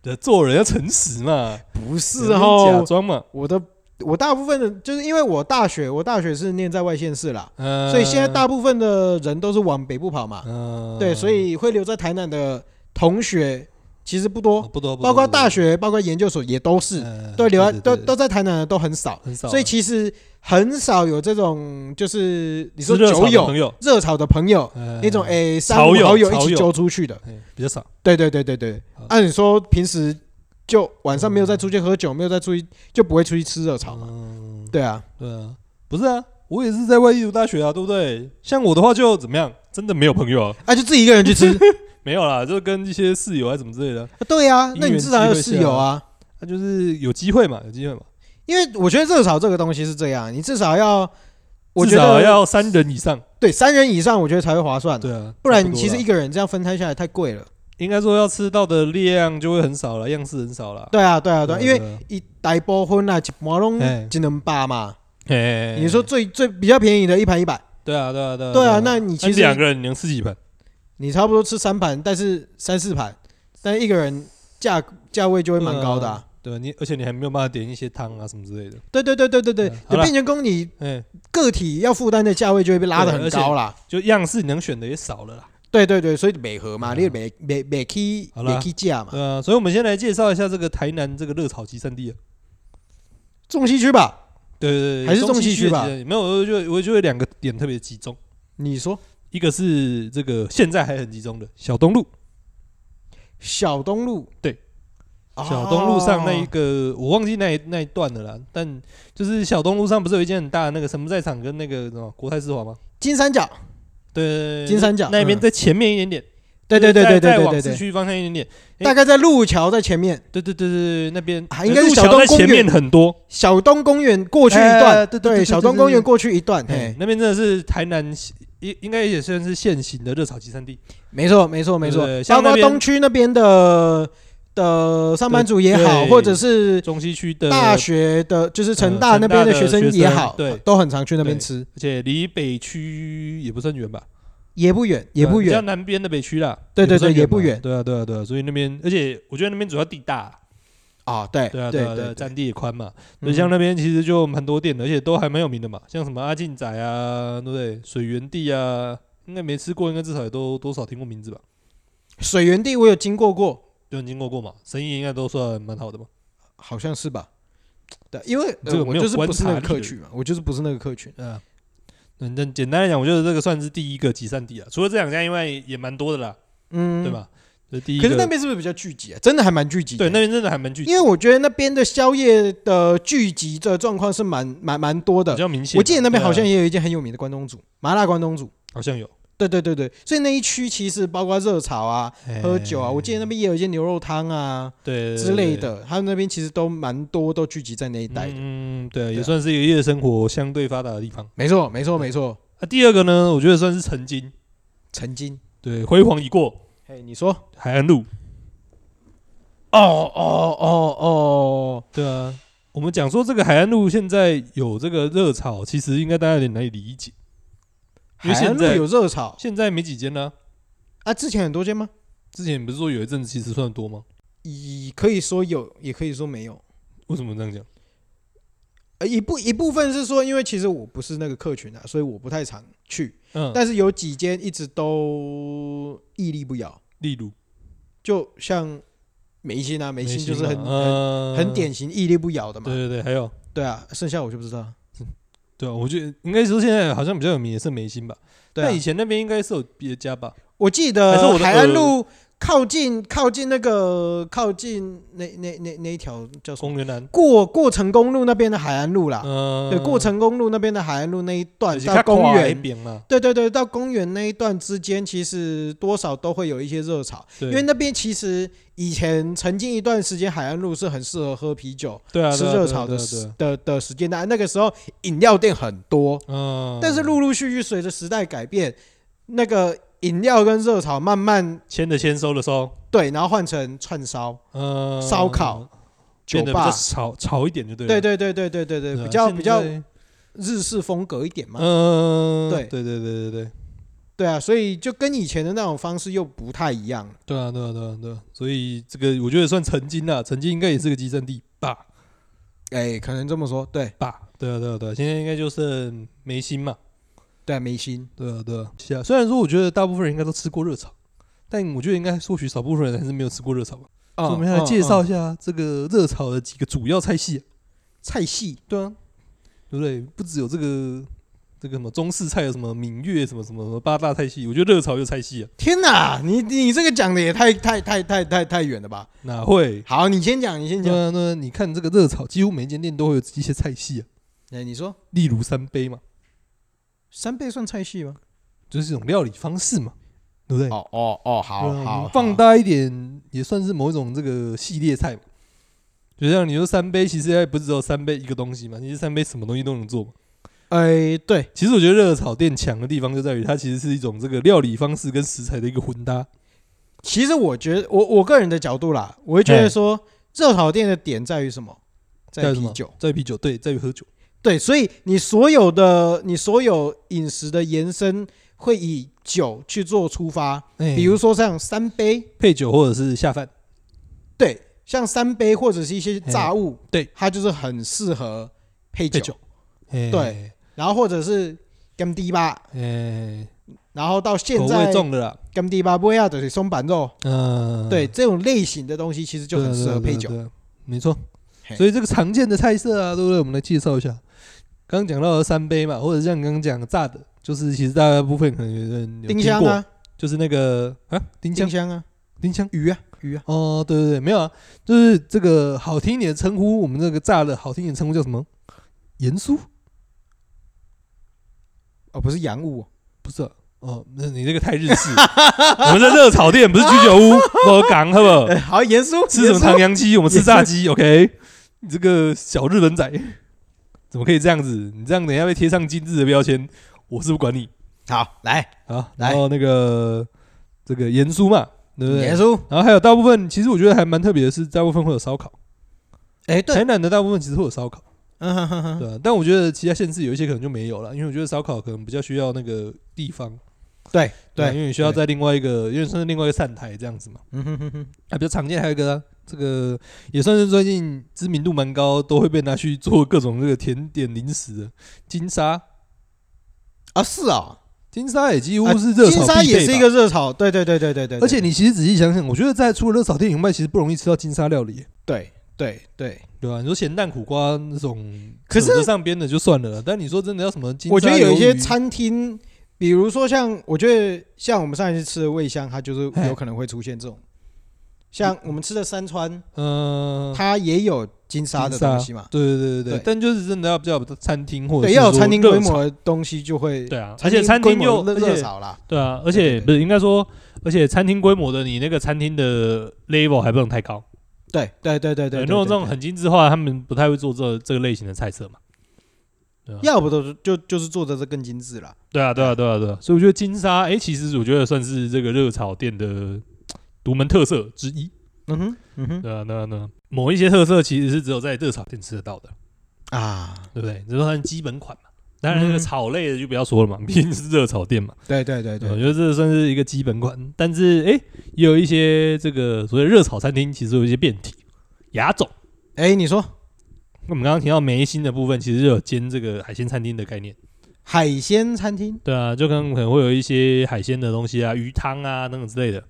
Speaker 2: 对做人要诚实嘛，
Speaker 1: 不
Speaker 2: 有
Speaker 1: 是
Speaker 2: 时候假
Speaker 1: 哦，
Speaker 2: 装嘛。
Speaker 1: 我的我大部分的，就是因为我大学，我大学是念在外县市啦，
Speaker 2: 嗯，
Speaker 1: 所以现在大部分的人都是往北部跑嘛，
Speaker 2: 嗯，
Speaker 1: 对，所以会留在台南的同学其实不多，
Speaker 2: 哦不多，不多嗯呃
Speaker 1: 包括大学，包括研究所也都是，都留在都都在台南的都很少。
Speaker 2: 很少啊，
Speaker 1: 所以其实很少有这种，就是你
Speaker 2: 你
Speaker 1: 说酒友
Speaker 2: 朋友
Speaker 1: 热炒的朋友那
Speaker 2: 那
Speaker 1: 种，哎，三
Speaker 2: 潮
Speaker 1: 五
Speaker 2: 友
Speaker 1: 好友一
Speaker 2: 潮
Speaker 1: 起
Speaker 2: 友
Speaker 1: 揪出去的。
Speaker 2: 哎比较少。
Speaker 1: 对对对对对啊
Speaker 2: 好。
Speaker 1: 按、你说平时就晚上没有再出去喝酒，没有再出去就不会出去吃热炒嘛？
Speaker 2: 嗯，
Speaker 1: 对啊，
Speaker 2: 对啊，不是啊，我也是在外地读大学啊，对不对？像我的话就怎么样，真的没有朋友啊，
Speaker 1: 啊就自己一个人去
Speaker 2: <laughs>
Speaker 1: 吃。
Speaker 2: 没有啦，就跟一些室友啊什么之类的，
Speaker 1: 对啊，那
Speaker 2: 因
Speaker 1: 你
Speaker 2: 缘
Speaker 1: 至少要有
Speaker 2: 机会
Speaker 1: 室
Speaker 2: 下
Speaker 1: 友啊，
Speaker 2: 那就是有机会嘛，有机会嘛，
Speaker 1: 因为我觉得热炒这个东西是这样，你至少要，我觉
Speaker 2: 至少
Speaker 1: 得
Speaker 2: 要三人以上，
Speaker 1: 对三人以上，我觉得才会划算。
Speaker 2: 对啊，
Speaker 1: 不然
Speaker 2: 差
Speaker 1: 你
Speaker 2: 多
Speaker 1: 其实
Speaker 2: 啦
Speaker 1: 一个人这样分摊下来太贵了。
Speaker 2: 应该说要吃到的量就会很少了，样式很少了。
Speaker 1: 对啊，对啊，对啊，因为
Speaker 2: 为
Speaker 1: 一大部分啊，一盘拢
Speaker 2: 哎
Speaker 1: 只能八嘛。
Speaker 2: 哎，
Speaker 1: 你说最最比较便宜的一盘一百，
Speaker 2: 对啊，对啊，对啊，
Speaker 1: 对啊，那你其
Speaker 2: 那两
Speaker 1: 实
Speaker 2: 个人你能吃几盘？
Speaker 1: 你差不多吃三盘，但是三四盘，但一个人价价位就会蛮高的啊、
Speaker 2: 对啊你，而且你还没有办法点一些汤啊什么之类的。
Speaker 1: 对对对对对对
Speaker 2: 嗯，好
Speaker 1: 就
Speaker 2: 啦
Speaker 1: 变成工你
Speaker 2: 哎，
Speaker 1: 个体要负担的价位就会被拉得很高啦。
Speaker 2: 就样式能选的也少了啦。
Speaker 1: 对对对，所以美合嘛，
Speaker 2: 嗯
Speaker 1: 你也美美美 K
Speaker 2: 好啦
Speaker 1: 美 K 价嘛，
Speaker 2: 对啊，所以我们先来介绍一下这个台南这个热炒集散地啊。
Speaker 1: 中西区吧？
Speaker 2: 对对对，
Speaker 1: 还是中西区吧
Speaker 2: 中的集散地没有，我就我就有两个点特别集中，
Speaker 1: 你说
Speaker 2: 一个是这个现在还很集中的小东路，
Speaker 1: 小东路
Speaker 2: 对，
Speaker 1: 哦
Speaker 2: 小东路上那一个我忘记那一那一段了啦，但就是小东路上不是有一间很大的那个神不在场跟那个什么国泰世华吗？
Speaker 1: 金三角，
Speaker 2: 对对对对，
Speaker 1: 金三角
Speaker 2: 那边
Speaker 1: 嗯
Speaker 2: 在前面一点点，
Speaker 1: 对对对
Speaker 2: 就
Speaker 1: 对
Speaker 2: 是再
Speaker 1: 对
Speaker 2: 再
Speaker 1: 对
Speaker 2: 往
Speaker 1: 对
Speaker 2: 市
Speaker 1: 对，
Speaker 2: 区方向一点点，哎
Speaker 1: 大概在路桥在前面，
Speaker 2: 对对对对对，那边
Speaker 1: 啊应该是
Speaker 2: 路
Speaker 1: 小
Speaker 2: 桥
Speaker 1: 东
Speaker 2: 在
Speaker 1: 公
Speaker 2: 前
Speaker 1: 园
Speaker 2: 面很多，
Speaker 1: 小东公园过去一
Speaker 2: 哎哎
Speaker 1: 段，
Speaker 2: 对对对对
Speaker 1: 小
Speaker 2: 对
Speaker 1: 东
Speaker 2: 对
Speaker 1: 公园
Speaker 2: 对
Speaker 1: 过去一段，
Speaker 2: 哎
Speaker 1: 嘿，，
Speaker 2: 那边真的是台南西应应该也算是现行的热炒集散地，
Speaker 1: 没错没错没错
Speaker 2: 对对，像
Speaker 1: 包括
Speaker 2: 那边
Speaker 1: 东区那边的的上班族也好，
Speaker 2: 对
Speaker 1: 或者是
Speaker 2: 中西区的
Speaker 1: 大，学的，就是成
Speaker 2: 呃
Speaker 1: 大
Speaker 2: 成
Speaker 1: 那边
Speaker 2: 大
Speaker 1: 的
Speaker 2: 的
Speaker 1: 学生
Speaker 2: 学
Speaker 1: 也
Speaker 2: 生
Speaker 1: 好，啊
Speaker 2: 对
Speaker 1: 都很常去那边
Speaker 2: 对
Speaker 1: 吃，
Speaker 2: 而且离北区也不算远吧，
Speaker 1: 也不远，也
Speaker 2: 呃
Speaker 1: 不
Speaker 2: 比较
Speaker 1: 远。
Speaker 2: 南边的北区啦，
Speaker 1: 对对对
Speaker 2: 算
Speaker 1: 也不
Speaker 2: 吧
Speaker 1: 远
Speaker 2: 对啊对啊对啊，所以那边而且我觉得那边主要地大，
Speaker 1: 啊，对
Speaker 2: 对啊
Speaker 1: 对
Speaker 2: 啊对啊，
Speaker 1: 对，
Speaker 2: 占地也宽嘛，所
Speaker 1: 嗯
Speaker 2: 以像那边其实就蛮多店的，而且都还蛮有名的嘛，像什么阿进仔啊，对不对？水源地啊，应该没吃过，应该至少也都多少听过名字吧。
Speaker 1: 水源地我有经过过，
Speaker 2: 就经过过嘛，生意应该都算蛮好的嘛。
Speaker 1: 好像是吧？对，因为
Speaker 2: 这
Speaker 1: 呃
Speaker 2: 个
Speaker 1: 我
Speaker 2: 没有
Speaker 1: 就是
Speaker 2: 观
Speaker 1: 不是那
Speaker 2: 察
Speaker 1: 个
Speaker 2: 力
Speaker 1: 客
Speaker 2: 的
Speaker 1: 群嘛，我就是不是那个客群。
Speaker 2: 嗯，嗯，但简单来讲，我觉得这个算是第一个集散地啊。除了这两家以外，也蛮多的啦，
Speaker 1: 嗯，
Speaker 2: 对？吧？这第一个，
Speaker 1: 可是那边是不是比较聚集啊？真的还蛮聚集的。
Speaker 2: 对那边真的还蛮聚集，
Speaker 1: 因为我觉得那边的宵夜的聚集的状况是蛮蛮蛮多
Speaker 2: 比
Speaker 1: 的。
Speaker 2: 较明显啊。
Speaker 1: 我记得那边好像
Speaker 2: 对啊
Speaker 1: 也有一间很有名的关东煮，麻辣关东煮。
Speaker 2: 好像有
Speaker 1: 对对对对，所以那一区其实包括热炒啊、喝酒啊，我记得那边也有一间牛肉汤啊
Speaker 2: 哎对
Speaker 1: 之类，的，他们那边其实都蛮多都聚集在那一带的。
Speaker 2: 嗯，对啊，
Speaker 1: 对啊
Speaker 2: 也算是一个夜生活相对发达的地方。
Speaker 1: 没错，没错，没错。
Speaker 2: 啊，第二个呢，我觉得算是曾经
Speaker 1: 曾经，
Speaker 2: 对辉煌已过
Speaker 1: 嘿，你说？
Speaker 2: 海岸路，
Speaker 1: 哦哦哦哦，
Speaker 2: 对啊。我们讲说这个海岸路现在有这个热潮，其实应该大家有点难以理解。因为
Speaker 1: 海岸
Speaker 2: 现
Speaker 1: 路
Speaker 2: 在
Speaker 1: 有热炒
Speaker 2: 现在没几间啦、
Speaker 1: 啊，之前很多间吗？
Speaker 2: 之前你不是说有一阵子其实算多吗？
Speaker 1: 以可以说有，也可以说没有。
Speaker 2: 为什么这样讲？
Speaker 1: 呃，一部一部分是说，因为其实我不是那个客群啊，所以我不太常去。
Speaker 2: 嗯，
Speaker 1: 但是有几间一直都屹立不摇，
Speaker 2: 例如
Speaker 1: 就像梅心啊，梅心就是很
Speaker 2: 嘛
Speaker 1: 很
Speaker 2: 嗯
Speaker 1: 很典型屹立不摇的嘛
Speaker 2: 对。对对，还有
Speaker 1: 对啊，剩下我就不知道。
Speaker 2: 对啊，我觉得应该说现在好像比较有名也是梅心吧，
Speaker 1: 对啊
Speaker 2: 但以，前那边应该是有别家吧？
Speaker 1: 我记
Speaker 2: 还是我
Speaker 1: 得
Speaker 2: 的
Speaker 1: 海岸
Speaker 2: 耳
Speaker 1: 路靠近靠近那个靠近那那那那一条叫什么？
Speaker 2: 公园南，
Speaker 1: 过过成功路那边的海岸路啦，
Speaker 2: 嗯，
Speaker 1: 对，过成功路那边的海岸路那一段
Speaker 2: 就是
Speaker 1: 到
Speaker 2: 较
Speaker 1: 公
Speaker 2: 跨那
Speaker 1: 园，
Speaker 2: 边啦，
Speaker 1: 对对对，到公园那一段之间，其实多少都会有一些热潮，
Speaker 2: 对，
Speaker 1: 因为那边其实以前曾经一段时间，海岸路是很适合喝啤酒、
Speaker 2: 对啊
Speaker 1: 吃
Speaker 2: 对啊
Speaker 1: 热
Speaker 2: 对啊
Speaker 1: 炒的
Speaker 2: 对啊对
Speaker 1: 时
Speaker 2: 啊，
Speaker 1: 的的时间段，那个时候饮料店很多，
Speaker 2: 嗯，
Speaker 1: 但是陆陆续续随着时代改变，那个饮料跟热炒慢慢
Speaker 2: 签的签，收的收，
Speaker 1: 对，然后换成串烧、
Speaker 2: 嗯，
Speaker 1: 烧烤、酒
Speaker 2: 变得比较
Speaker 1: 吧，
Speaker 2: 潮潮一点就对了，
Speaker 1: 对对对对对对对，
Speaker 2: 啊
Speaker 1: 比较
Speaker 2: 现
Speaker 1: 比较
Speaker 2: 在
Speaker 1: 日式风格一点嘛，
Speaker 2: 嗯，
Speaker 1: 对
Speaker 2: 对对对对对
Speaker 1: 对啊，所以就跟以前的那种方式又不太一样。
Speaker 2: 对啊对啊对啊对啊，所以这个我觉得算曾经啦，曾经应该也是个集散地吧
Speaker 1: 哎，可能这么说，对
Speaker 2: 吧，对啊对啊对啊，现在应该就剩梅心嘛，
Speaker 1: 对啊，梅心
Speaker 2: 对啊对啊，是啊，虽然说我觉得大部分人应该都吃过热炒，但我觉得应该或许少部分人还是没有吃过热炒吧，
Speaker 1: 哦啊
Speaker 2: 所以我们要来介绍一下这个热炒的几个主要菜系啊，
Speaker 1: 菜系，
Speaker 2: 对啊，对不对？不只有这个。这个什么中式菜有什么闽粤什么什么什么八大菜系，我觉得热炒有菜系啊，
Speaker 1: 天哪，你你这个讲的也太太太太太太远了吧？
Speaker 2: 哪会？
Speaker 1: 好，你先讲，你先
Speaker 2: 对
Speaker 1: 讲。
Speaker 2: 啊，那你看这个热炒，几乎每间店都会有一些菜系啊，
Speaker 1: 哎，你说
Speaker 2: 例如三杯嘛，
Speaker 1: 三倍算菜系吗？
Speaker 2: 就是这种料理方式嘛，对不对？
Speaker 1: 哦哦哦，
Speaker 2: 对
Speaker 1: 好
Speaker 2: 啊
Speaker 1: 好，
Speaker 2: 放
Speaker 1: 大
Speaker 2: 大一点也算是某一种这个系列菜嘛。就像你说三杯，其实也不是只有三杯一个东西嘛，其实三杯什么东西都能做嘛。
Speaker 1: 哎，对，
Speaker 2: 其实我觉得热炒店强的地方就在于它其实是一种这个料理方式跟食材的一个混搭。
Speaker 1: 其实我觉得我我个人的角度啦，我会觉
Speaker 2: 哎
Speaker 1: 得说热炒店的点在于什么？在
Speaker 2: 什
Speaker 1: 于
Speaker 2: 么
Speaker 1: 啤酒。，
Speaker 2: 在于啤酒，对，在于喝酒。
Speaker 1: 对，所以你所有的你所有饮食的延伸会以酒去做出发，
Speaker 2: 哎
Speaker 1: 比如说像三杯，
Speaker 2: 配酒或者是下饭，
Speaker 1: 对，像三杯或者是一些炸物，
Speaker 2: 对，
Speaker 1: 它就是很适合配
Speaker 2: 配
Speaker 1: 酒，
Speaker 2: 酒，哎
Speaker 1: 对，然后或者是干低吧，
Speaker 2: 哎，
Speaker 1: 然后到现
Speaker 2: 口
Speaker 1: 在
Speaker 2: 味重的啦，
Speaker 1: 干低吧不要的松板肉，
Speaker 2: 嗯，
Speaker 1: 对，这种类型的东西其实就
Speaker 2: 对啊
Speaker 1: 很适合配，酒
Speaker 2: 对。啊对啊对啊没错。
Speaker 1: 嘿
Speaker 2: 所以这个常见的菜色啊，对不对？我们来介绍一下。刚刚讲到的三杯嘛，或者像刚刚讲的炸的，就是其实大部分可能有人有
Speaker 1: 丁
Speaker 2: 听
Speaker 1: 香
Speaker 2: 过，
Speaker 1: 啊，
Speaker 2: 就是那个啊，丁
Speaker 1: 丁
Speaker 2: 香，
Speaker 1: 香啊，
Speaker 2: 丁香。
Speaker 1: 鱼啊，鱼啊，
Speaker 2: 哦，对对对，没有啊，就是这个好听一点的称呼，我们这个炸的好听一点的称呼叫什么？盐酥？
Speaker 1: 哦，不是洋务
Speaker 2: <laughs>
Speaker 1: 哦，
Speaker 2: 不是啊、哦，那你这个太日式了。我们的热炒店不是居酒屋，我港好不哎好？
Speaker 1: 呃好，盐酥，
Speaker 2: 吃什么
Speaker 1: 盐酥
Speaker 2: 唐扬鸡？我们吃炸鸡。OK，你这个小日本仔怎么可以这样子？你这样等一下被贴上精致的标签，我是不管你
Speaker 1: 好，来，
Speaker 2: 啊。
Speaker 1: 来
Speaker 2: 然后那个这个盐酥嘛，对不对
Speaker 1: 盐？酥，
Speaker 2: 然后还有大部分，其实我觉得还蛮特别的是，大部分会有烧烤。
Speaker 1: 哎，对，
Speaker 2: 台南的大部分其实会有烧烤，
Speaker 1: 嗯哼哼哼，
Speaker 2: 对啊。但我觉得其他县市有一些可能就没有了，因为我觉得烧烤可能比较需要那个地方，
Speaker 1: 对
Speaker 2: 对啊，
Speaker 1: 对，
Speaker 2: 因为你需要在另外一个，因为算是另外一个散台这样子嘛。
Speaker 1: 嗯哼哼哼，
Speaker 2: 啊，比较常见还有一个啊、这个也算是最近知名度蛮高，都会被拿去做各种这个甜点零食的金沙，
Speaker 1: 啊是啊，
Speaker 2: 金沙也几乎
Speaker 1: 啊
Speaker 2: 是
Speaker 1: 金
Speaker 2: 热炒必备吧、
Speaker 1: 沙也是一个热炒，对对对对对对，对
Speaker 2: 而且你其实仔细想想，我觉得在除了热炒店以外，其实不容易吃到金沙料理，
Speaker 1: 对对对，
Speaker 2: 对吧、你说咸蛋苦瓜那种
Speaker 1: 可是
Speaker 2: 扯得上边的就算了啦，但你说真的要什么金沙，
Speaker 1: 我觉得有一些，餐厅，比如说像我觉得像我们上一次吃的味香，它就是
Speaker 2: 嘿
Speaker 1: 有可能会出现这种，像我们吃的山川，
Speaker 2: 嗯、
Speaker 1: 它也有金沙的
Speaker 2: 金沙
Speaker 1: 东西嘛，
Speaker 2: 对对对对对
Speaker 1: 对，
Speaker 2: 但就是真的要比较有餐厅或者
Speaker 1: 对，
Speaker 2: 是
Speaker 1: 要有
Speaker 2: 说
Speaker 1: 餐厅
Speaker 2: 热
Speaker 1: 规
Speaker 2: 炒
Speaker 1: 模的东西就会，
Speaker 3: 对啊，而
Speaker 1: 餐
Speaker 3: 且
Speaker 1: 厅
Speaker 3: 餐
Speaker 1: 规
Speaker 3: 厅
Speaker 1: 模
Speaker 3: 又
Speaker 1: 热
Speaker 3: 而
Speaker 1: 热
Speaker 3: 且
Speaker 1: 炒啦，
Speaker 3: 对啊，而
Speaker 1: 对对
Speaker 3: 且
Speaker 1: 对
Speaker 3: 不是应该说，而且餐厅规模的你那个餐厅的 level 还不能太高。
Speaker 1: 对对对对对，
Speaker 3: 很
Speaker 1: 对
Speaker 3: 多
Speaker 1: 对
Speaker 3: 这种
Speaker 1: 对
Speaker 3: 很精致化，他们不太会做这这个类型的菜色嘛。对啊
Speaker 1: 要不都就就是做的这更精致啦，
Speaker 3: 对啊，对啊，对啊，对啊。所以我觉得金沙，哎，其实我觉得算是这个热炒店的独门特色之一。
Speaker 1: 嗯哼嗯哼
Speaker 3: 对啊，对啊，对啊。某一些特色其实是只有在热炒店吃得到的，
Speaker 1: 啊，
Speaker 3: 对不对？这都算基本款嘛。
Speaker 2: 当然，那个
Speaker 1: 嗯
Speaker 2: 炒类的就不要说了嘛，毕竟是热炒店嘛。
Speaker 1: 对对对
Speaker 2: 我
Speaker 1: 对，
Speaker 2: 觉得这算是一个基本款，但是哎、诶也有一些这个所谓热炒餐厅，其实有一些变体。牙种，
Speaker 1: 哎，你说
Speaker 2: 我们刚刚提到梅心的部分，其实就有兼这个海鲜餐厅的概念。
Speaker 1: 海鲜餐厅，
Speaker 2: 对啊，就可能可能会有一些海鲜的东西啊，鱼汤啊等等之类的，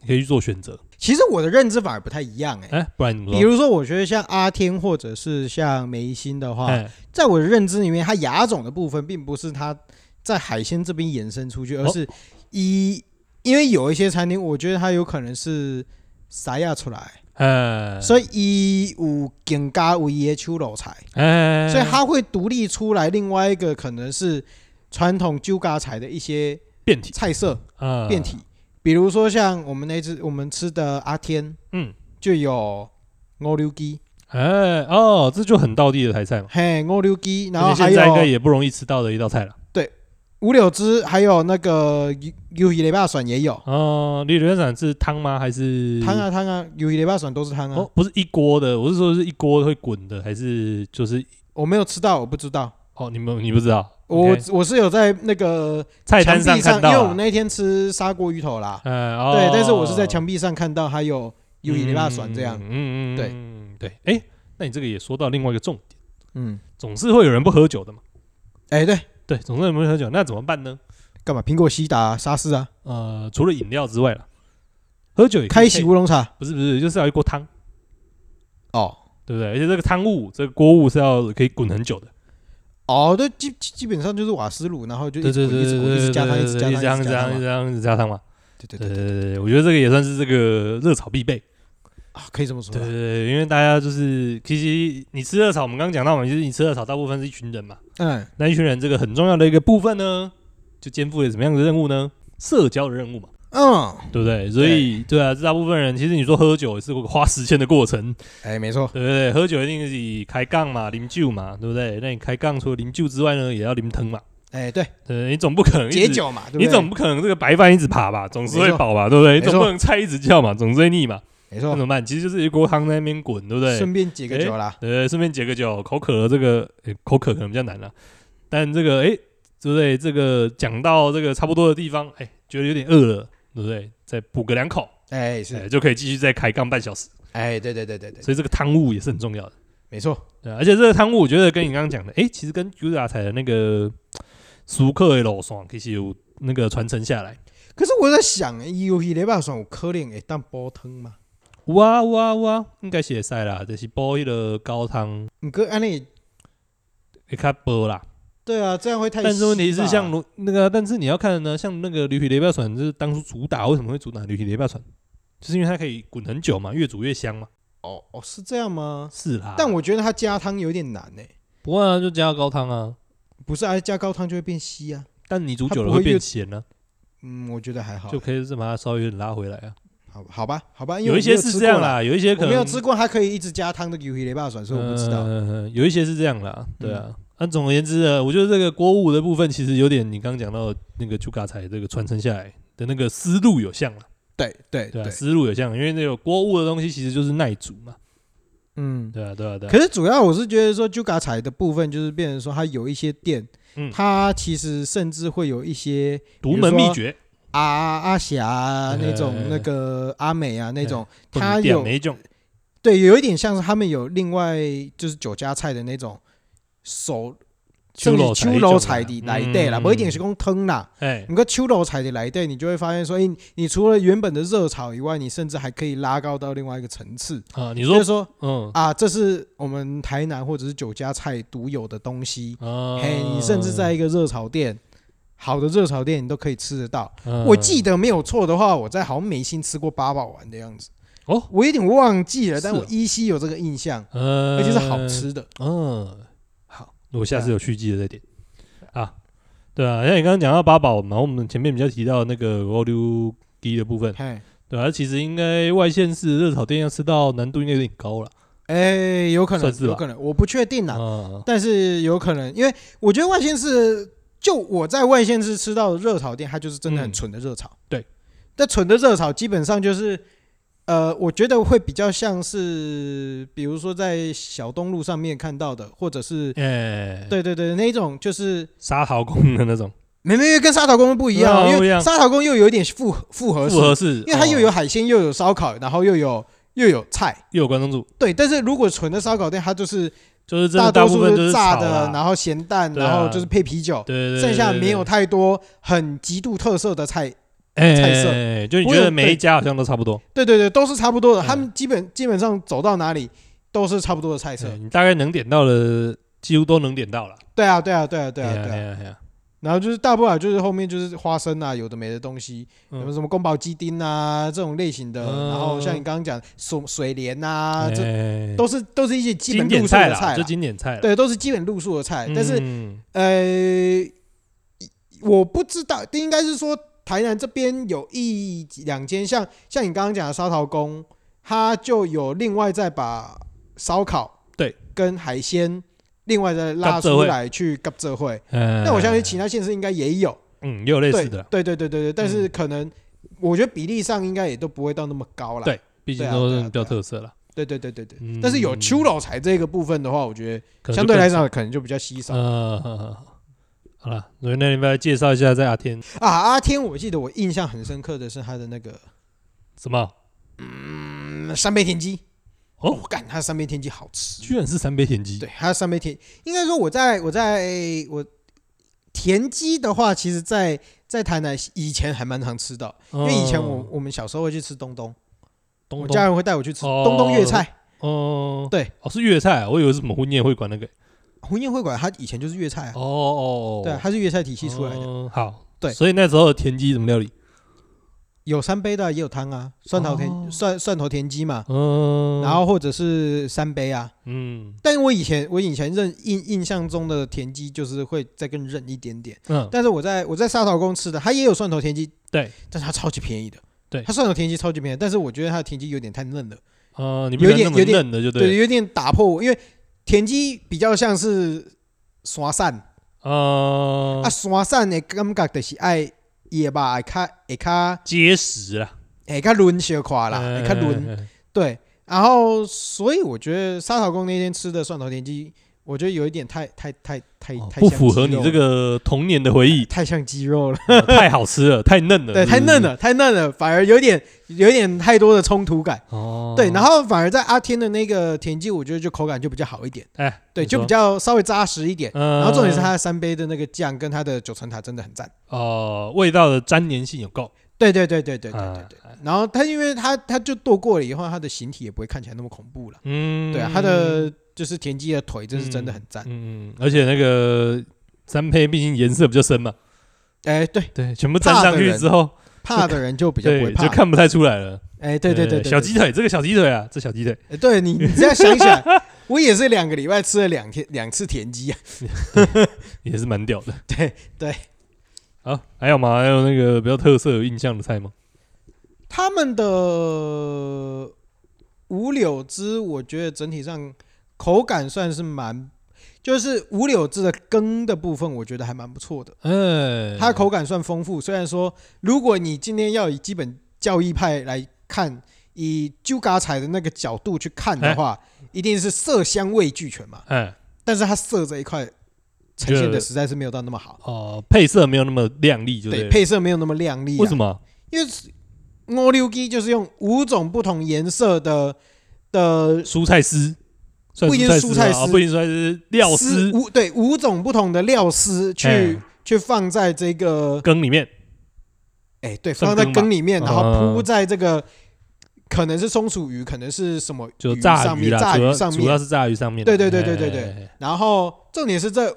Speaker 2: 你可以去做选择。
Speaker 1: 其实我的认知反而不太一样哎、
Speaker 2: 哎、不然你怎么
Speaker 1: 比
Speaker 2: 说？
Speaker 1: 如说，我觉得像阿天或者是像梅心的话，
Speaker 2: 哎、
Speaker 1: 在我的认知里面，它牙种的部分并不是它在海鲜这边延伸出
Speaker 2: 哦
Speaker 1: 去，而是一，因为有一些餐厅，我觉得它有可能是撒亚出来，
Speaker 2: 哎，
Speaker 1: 所以一有更加有伊的手楼菜，
Speaker 2: 哎，
Speaker 1: 所以它会独立出来另外一个可能是传统酒家菜的一些
Speaker 2: 变体
Speaker 1: 菜色
Speaker 2: 啊，
Speaker 1: 变体，比如说像我们那只我们吃的阿天，
Speaker 2: 嗯，
Speaker 1: 就有牛柳鸡，
Speaker 2: 哎哦，这就很道地的台菜嘛，
Speaker 1: 嘿，牛柳鸡，然后
Speaker 2: 而且
Speaker 1: 还
Speaker 2: 现在应该
Speaker 1: 有。
Speaker 2: 也不容易吃到的一道菜了。
Speaker 1: 五柳枝，还有那个鱿鱼雷霸笋也有，
Speaker 2: 哦，你原产是汤吗？还是
Speaker 1: 汤？啊汤啊，鱿鱼雷霸笋都是汤啊
Speaker 2: 哦。，不是一锅的，我是说是一锅会滚的，还是就是
Speaker 1: 我没有吃到，我不知道。
Speaker 2: 哦，你们你不知道？
Speaker 1: 我
Speaker 2: OK，
Speaker 1: 我是有在那个
Speaker 2: 菜
Speaker 1: 墙
Speaker 2: 单
Speaker 1: 壁
Speaker 2: 看
Speaker 1: 上，
Speaker 2: 到
Speaker 1: 因
Speaker 2: 啊，
Speaker 1: 为我们那一天吃砂锅鱼头啦，
Speaker 2: 哎哦
Speaker 1: 对，但是我是在墙壁上看到还有鱿鱼雷霸笋这样
Speaker 2: 嗯，嗯嗯，嗯对对，哎，那你这个也说到另外一个重点，
Speaker 1: 嗯，
Speaker 2: 总是会有人不喝酒的嘛，
Speaker 1: 哎对，
Speaker 2: 对，总是有人不喝酒，那怎么办呢？
Speaker 1: 干嘛？苹果西打沙士啊，
Speaker 2: 呃，除了饮料之外了，喝酒也可以
Speaker 1: 开喜
Speaker 2: 配
Speaker 1: 乌龙茶
Speaker 2: 不是不是，就是要一锅汤，
Speaker 1: 哦
Speaker 2: 对不对？而且这个汤物，这个锅物是要可以滚很久的，
Speaker 1: 哦，对，基基基本上就是瓦斯炉，然后就一直滚一直滚，一直加汤，一直加
Speaker 2: 一直加
Speaker 1: 汤，
Speaker 2: 汤，
Speaker 1: 一直加汤
Speaker 2: 加汤，
Speaker 1: 嘛，
Speaker 2: 加汤，加汤嘛。
Speaker 1: 对对
Speaker 2: 对
Speaker 1: 对
Speaker 2: 对对，我觉得这个也算是这个热炒必备。
Speaker 1: 啊，可以这么说
Speaker 2: 对
Speaker 1: 啦
Speaker 2: 对，对，因为大家就是其实你吃热炒，我们刚刚讲到嘛，就是你吃热炒大部分是一群人嘛，
Speaker 1: 嗯，
Speaker 2: 那一群人这个很重要的一个部分呢，就肩负了什么样的任务呢？社交的任务嘛，
Speaker 1: 嗯，
Speaker 2: 对不对？所以对啊，这大部分人其实你说喝酒也是个花时间的过程，
Speaker 1: 哎，没错，
Speaker 2: 对不对？喝酒一定是以开杠嘛，啉酒嘛，对不对？那你开杠除了啉酒之外呢，也要啉汤嘛，
Speaker 1: 哎，对，
Speaker 2: 对，你总不可能一
Speaker 1: 解
Speaker 2: 直
Speaker 1: 酒嘛，对不对
Speaker 2: 你总不可能这个白饭一直爬吧，总是
Speaker 1: 没
Speaker 2: 会
Speaker 1: 错
Speaker 2: 饱吧，对不对？你
Speaker 1: 没错
Speaker 2: 总不能菜一直叫嘛，总是会腻嘛，
Speaker 1: 没
Speaker 2: 那
Speaker 1: 错
Speaker 2: 怎，么办？其实就是一锅汤在那边滚，对不对？
Speaker 1: 顺便解个
Speaker 2: 哎
Speaker 1: 酒啦。
Speaker 2: 对，顺便解个酒，口渴了这个、诶口渴可能比较难了、但这个哎、诶对不对？这个讲到这个差不多的地方，哎、觉得有点饿了，对不对？再补个两口，
Speaker 1: 哎，
Speaker 2: 哎、
Speaker 1: 是，
Speaker 2: 就可以继续再开杠半小时。
Speaker 1: 哎，对对对对对，
Speaker 2: 所以这个汤物也是很重要的。
Speaker 1: 没错，
Speaker 2: 对啊、而且这个汤物，我觉得跟你刚刚讲的，哎、其实跟 g u d a 菜的那个熟客的肉爽，其实有那个传承下来。
Speaker 1: 可是我在想，有鱼雷霸算有可能会当煲汤嘛？
Speaker 2: 有啊有啊有啊，应该是会使啦，就是煲迄个高汤
Speaker 1: 你哥安利，
Speaker 2: 会较煲啦。
Speaker 1: 对啊，这样会太稀吧。
Speaker 2: 但是问题是像如那个，但是你要看呢，像那个驴皮雷巴船，就是当初主打为什么会主打驴皮雷巴船，就是因为它可以滚很久嘛，越煮越香嘛。
Speaker 1: 哦哦是这样吗？
Speaker 2: 是啦，
Speaker 1: 但我觉得它加汤有点难呢，
Speaker 2: 不过啊，就加高汤啊，
Speaker 1: 不是啊，加高汤就会变稀啊。
Speaker 2: 但你煮久
Speaker 1: 它
Speaker 2: 了
Speaker 1: 不会
Speaker 2: 会变
Speaker 1: 越
Speaker 2: 咸呢、
Speaker 1: 嗯，我觉得还好
Speaker 2: 就，可以再把它稍微有点拉回来啊。
Speaker 1: 好好吧，好吧，因为
Speaker 2: 有
Speaker 1: 我
Speaker 2: 一些
Speaker 1: 没有
Speaker 2: 是
Speaker 1: 吃
Speaker 2: 这样
Speaker 1: 过啦，
Speaker 2: 啦，有一些可
Speaker 1: 我
Speaker 2: 能
Speaker 1: 没有吃过，它可以一直加汤的鱿鱼雷霸蒜，所以我不知道。嗯
Speaker 2: 嗯有一些是这样啦，对啊。那、总而言之呢，我觉得这个锅物的部分其实有点你刚刚讲到那个朱嘎才这个传承下来的那个思路有像啦，
Speaker 1: 对对
Speaker 2: 对啊，
Speaker 1: 对，
Speaker 2: 思路有像，因为那个锅物的东西其实就是耐煮嘛，
Speaker 1: 嗯。
Speaker 2: 对啊，对啊，对啊。
Speaker 1: 可是主要我是觉得说 j u g a 彩的部分，就是变成说它有一些店，
Speaker 2: 嗯
Speaker 1: 它其实甚至会有一些
Speaker 2: 独门秘诀，
Speaker 1: 阿阿霞啊那
Speaker 2: 哎
Speaker 1: 种，那个阿美啊那种，它
Speaker 2: 不能点
Speaker 1: 有
Speaker 2: 哪一种？
Speaker 1: 对有一点像是他们有另外就是酒家菜的那种手，像
Speaker 2: 手揉
Speaker 1: 是
Speaker 2: 菜
Speaker 1: 手
Speaker 2: 那种
Speaker 1: 揉
Speaker 2: 啊
Speaker 1: 菜的来对啦，
Speaker 2: 嗯
Speaker 1: 不一定是讲汤啦。
Speaker 2: 哎，
Speaker 1: 你个手揉菜的来对，你就会发现说，哎，你除了原本的热炒以外，你甚至还可以拉高到另外一个层次，
Speaker 2: 啊，你
Speaker 1: 就
Speaker 2: 说
Speaker 1: 是，说
Speaker 2: 嗯，
Speaker 1: 啊，这是我们台南或者是酒家菜独有的东西。
Speaker 2: 啊
Speaker 1: 嘿，你甚至在，一个热炒店，好的热炒店你都可以吃得到。
Speaker 2: 嗯
Speaker 1: 我记得没有错的话，我在好像美心吃过八宝丸的样子，
Speaker 2: 哦，
Speaker 1: 我有点忘记了，
Speaker 2: 是
Speaker 1: 但
Speaker 2: 哦
Speaker 1: 我依稀有这个印象，
Speaker 2: 呃，
Speaker 1: 而且是好，吃的。
Speaker 2: 嗯，好，我下次
Speaker 1: 对啊
Speaker 2: 有续记的再点啊。对啊，像你刚刚讲到八宝嘛，我们前面比较提到那个 o l 低的部分，
Speaker 1: 嘿，
Speaker 2: 对啊，其实应该外县市热炒店要吃到难度应该有点高了
Speaker 1: 哎，有可
Speaker 2: 算是
Speaker 1: 能，
Speaker 2: 吧
Speaker 1: 有可能，我不确定啦，
Speaker 2: 啊。
Speaker 1: 但是有可能，因为我觉得外县市，就我在外县市吃到的热炒店，它就是真的很
Speaker 2: 嗯
Speaker 1: 纯的热炒。
Speaker 2: 对，
Speaker 1: 但纯的热炒基本上就是呃，我觉得会比较像是，比如说在小东路上面看到的，或者是
Speaker 2: 哎，
Speaker 1: 对对对，那一种就是
Speaker 2: 沙陶工的那种
Speaker 1: 没没没跟沙陶公不一样
Speaker 2: 哦
Speaker 1: 哦，因
Speaker 2: 不一
Speaker 1: 为
Speaker 2: 样
Speaker 1: 沙陶公又有一点复复合式
Speaker 2: 复，合式，
Speaker 1: 因为它
Speaker 2: 哦
Speaker 1: 又有海鲜，又有烧烤，然后又有又有菜。
Speaker 2: 又有关东煮，
Speaker 1: 对，但是如果纯的烧烤店，它就是
Speaker 2: 就是真
Speaker 1: 大
Speaker 2: 的
Speaker 1: 多
Speaker 2: 部
Speaker 1: 数
Speaker 2: 分
Speaker 1: 都
Speaker 2: 就是是
Speaker 1: 炸
Speaker 2: 炒
Speaker 1: 的
Speaker 2: 啦，
Speaker 1: 然后咸蛋，
Speaker 2: 对啊
Speaker 1: 然后就是配啤酒，
Speaker 2: 对对对，
Speaker 1: 剩下
Speaker 2: 对
Speaker 1: 没有太多很极度特色的菜。
Speaker 2: 哎
Speaker 1: 菜色
Speaker 2: 哎哎就你
Speaker 1: 我
Speaker 2: 觉得
Speaker 1: 有
Speaker 2: 每一
Speaker 1: 对
Speaker 2: 家好像都差不多，
Speaker 1: 对对对，都是差不多的。
Speaker 2: 嗯
Speaker 1: 他们基本基本上走到哪里都是差不多的菜色
Speaker 2: 哎。你大概能点到的几乎都能点到了，
Speaker 1: 对啊，对啊，对啊，对啊，
Speaker 2: 哎呀
Speaker 1: 对
Speaker 2: 哎
Speaker 1: 啊。
Speaker 2: 呀哎呀
Speaker 1: 然后就是大不了就是后面就是花生啊，有的没的东西，
Speaker 2: 嗯
Speaker 1: 有什么宫保鸡丁啊这种类型的。
Speaker 2: 嗯
Speaker 1: 然后像你刚刚讲水水莲啊，这
Speaker 2: 哎
Speaker 1: 都是都是一些基
Speaker 2: 经
Speaker 1: 本路
Speaker 2: 典
Speaker 1: 数的
Speaker 2: 啦，
Speaker 1: 菜
Speaker 2: 就
Speaker 1: 啦。
Speaker 2: 经典菜啦，
Speaker 1: 对，都是基本路数的菜。但是
Speaker 2: 嗯
Speaker 1: 呃，我不知道，应该是说台南这边有一两间，像像你刚刚讲的烧陶工，它就有另外再把烧烤
Speaker 2: 对
Speaker 1: 跟海鲜另外再拉
Speaker 2: 合作
Speaker 1: 出
Speaker 2: 会
Speaker 1: 来去合这会。
Speaker 2: 呃
Speaker 1: 那我相信其他县市应该也有，
Speaker 2: 嗯也有类
Speaker 1: 对
Speaker 2: 似的嗯
Speaker 1: 对
Speaker 2: 啦，
Speaker 1: 对对对对，但是可能我觉得比例上应该也都不会到那么高了。
Speaker 2: 对毕竟
Speaker 1: 对啊
Speaker 2: 都
Speaker 1: 对
Speaker 2: 是
Speaker 1: 啊
Speaker 2: 比
Speaker 1: 对
Speaker 2: 较特色了，
Speaker 1: 对对对对对
Speaker 2: 嗯
Speaker 1: 但是有秋老财这个部分的话，我觉
Speaker 2: 可
Speaker 1: 得相
Speaker 2: 能就
Speaker 1: 对
Speaker 2: 更
Speaker 1: 来讲可能就比较稀少。
Speaker 2: 呃，呵呵呵好了，所以那你们来介绍一下在阿天
Speaker 1: 啊，阿天，我记得我印象很深刻的是他的那个
Speaker 2: 什么？
Speaker 1: 嗯三杯田鸡。
Speaker 2: 哦
Speaker 1: 我干，他的三杯田鸡好吃。
Speaker 2: 居然是三杯田鸡，
Speaker 1: 对，他的三杯田，应该说我在我在我田鸡的话，其实在在台南以前还蛮常吃到，
Speaker 2: 嗯，
Speaker 1: 因
Speaker 2: 因
Speaker 1: 为以前我我们小时候会去吃东东，
Speaker 2: 东
Speaker 1: 我
Speaker 2: 东
Speaker 1: 家人会带我去吃
Speaker 2: 哦
Speaker 1: 东东粤菜。
Speaker 2: 哦，
Speaker 1: 对，
Speaker 2: 哦是粤菜啊，我以为是什么婚宴会馆那个，
Speaker 1: 鸿雁会馆它以前就是粤菜啊，
Speaker 2: 哦哦，
Speaker 1: 对啊，它是粤菜体系出来的，
Speaker 2: 嗯好，
Speaker 1: 对
Speaker 2: 所以那时候的田鸡怎么料理？
Speaker 1: 有三杯的啊也有汤啊，蒜头
Speaker 2: 哦
Speaker 1: 田蒜蒜头田鸡嘛，
Speaker 2: 嗯，
Speaker 1: 然后或者是三杯啊，
Speaker 2: 嗯
Speaker 1: 但我以前我以前认印印象中的田鸡就是会再更韧一点点，
Speaker 2: 嗯，
Speaker 1: 但是我在我在沙头公吃的，它也有蒜头田鸡，
Speaker 2: 对，
Speaker 1: 但是它超级便宜的，
Speaker 2: 对
Speaker 1: 它蒜头田鸡超级便宜，但是我觉得它的田鸡有点太嫩了，
Speaker 2: 哦，你
Speaker 1: 有
Speaker 2: 有
Speaker 1: 点
Speaker 2: 点
Speaker 1: 有点
Speaker 2: 嫩的就
Speaker 1: 对，
Speaker 2: 对了，
Speaker 1: 有点打破我，因为田鸡比较像是刷散、
Speaker 2: 嗯
Speaker 1: 啊，，刷散的感觉就是爱野吧，会较会较
Speaker 2: 结实啦，
Speaker 1: 会较嫩小块啦，
Speaker 2: 哎
Speaker 1: 会较嫩，
Speaker 2: 哎哎
Speaker 1: 对，然后所以我觉得沙头公那天吃的蒜头田鸡，我觉得有一点太太太太
Speaker 2: 哦
Speaker 1: 太
Speaker 2: 不
Speaker 1: 像
Speaker 2: 符合
Speaker 1: 鸡
Speaker 2: 你
Speaker 1: 肉
Speaker 2: 这
Speaker 1: 了，
Speaker 2: 个童年的回忆
Speaker 1: <laughs> 太像鸡肉了，
Speaker 2: 哦太好吃了，太嫩了，
Speaker 1: 对，
Speaker 2: 是不
Speaker 1: 太嫩
Speaker 2: 是，
Speaker 1: 了，太嫩了，反而有点有点太多的冲突感。
Speaker 2: 哦，
Speaker 1: 对，然后反而在阿天的那个田鸡，我觉得就口感就比较好一点，
Speaker 2: 哎，
Speaker 1: 对，
Speaker 2: 你
Speaker 1: 就
Speaker 2: 说
Speaker 1: 比，较稍微扎实一点。
Speaker 2: 嗯
Speaker 1: 然后重点是它的三杯的那个酱跟它的九层塔真的很赞。
Speaker 2: 哦，味道的粘黏性有够，
Speaker 1: 对对对对对对对
Speaker 2: 啊
Speaker 1: 对。然后它因为它它就剁过了以后，它的形体也不会看起来那么恐怖了。
Speaker 2: 嗯，
Speaker 1: 对啊，它的就是田鸡的腿，真是真的很赞。
Speaker 2: 嗯，嗯，而且那个三胚毕竟颜色比较深嘛，
Speaker 1: 哎，对，
Speaker 2: 对，全部粘上去之后，
Speaker 1: 怕的人就比较不会
Speaker 2: 对，
Speaker 1: 怕
Speaker 2: 就。看不太出来了。
Speaker 1: 哎，对对对对，
Speaker 2: 小鸡腿，这个小鸡腿啊，这小鸡腿，
Speaker 1: 哎，对你，你这样想起来， <laughs> 我也是两个礼拜吃了两天两次田鸡啊。
Speaker 2: 也是蛮屌的。
Speaker 1: 对对，
Speaker 2: 好，还有吗？还有那个比较特色有印象的菜吗？
Speaker 1: 他们的五柳汁，我觉得整体上口感算是蛮，就是五柳汁的羹的部分，我觉得还蛮不错的，
Speaker 2: 嗯，
Speaker 1: 它口感算丰富。虽然说，如果你今天要以基本教义派来看，以猪嘎彩的那个角度去看的话，一定是色香味俱全嘛。
Speaker 2: 哎
Speaker 1: 但是它色这一块呈现
Speaker 2: 就
Speaker 1: 的实在是没有到那么好。
Speaker 2: 哦，配色没有那么亮丽，就
Speaker 1: 对，
Speaker 2: 对。
Speaker 1: 配色没有那么亮丽、啊。
Speaker 2: 为什？么？
Speaker 1: 因为五六鸡就是用五种不同颜色的的
Speaker 2: 蔬菜丝，算
Speaker 1: 不一定
Speaker 2: 蔬
Speaker 1: 是
Speaker 2: 丝
Speaker 1: 蔬菜
Speaker 2: 吗哦
Speaker 1: 丝
Speaker 2: 不一定蔬菜丝，料丝
Speaker 1: 五对五种不同的料丝去、
Speaker 2: 哎
Speaker 1: 去放在这个
Speaker 2: 羹里面。
Speaker 1: 哎对
Speaker 2: 算
Speaker 1: 放在
Speaker 2: 羹吧
Speaker 1: 羹里面，然后
Speaker 2: 嗯
Speaker 1: 铺在这个。可能是松鼠鱼，可能是什么
Speaker 2: 就
Speaker 1: 鱼
Speaker 2: 炸
Speaker 1: 上
Speaker 2: 鱼
Speaker 1: 面，
Speaker 2: 啦，
Speaker 1: 炸
Speaker 2: 主
Speaker 1: 鱼
Speaker 2: 要
Speaker 1: 上
Speaker 2: 主要
Speaker 1: 面。
Speaker 2: 是炸鱼上面。
Speaker 1: 对对对对对
Speaker 2: 哎
Speaker 1: 对，
Speaker 2: 哎哎
Speaker 1: 然后重点是这，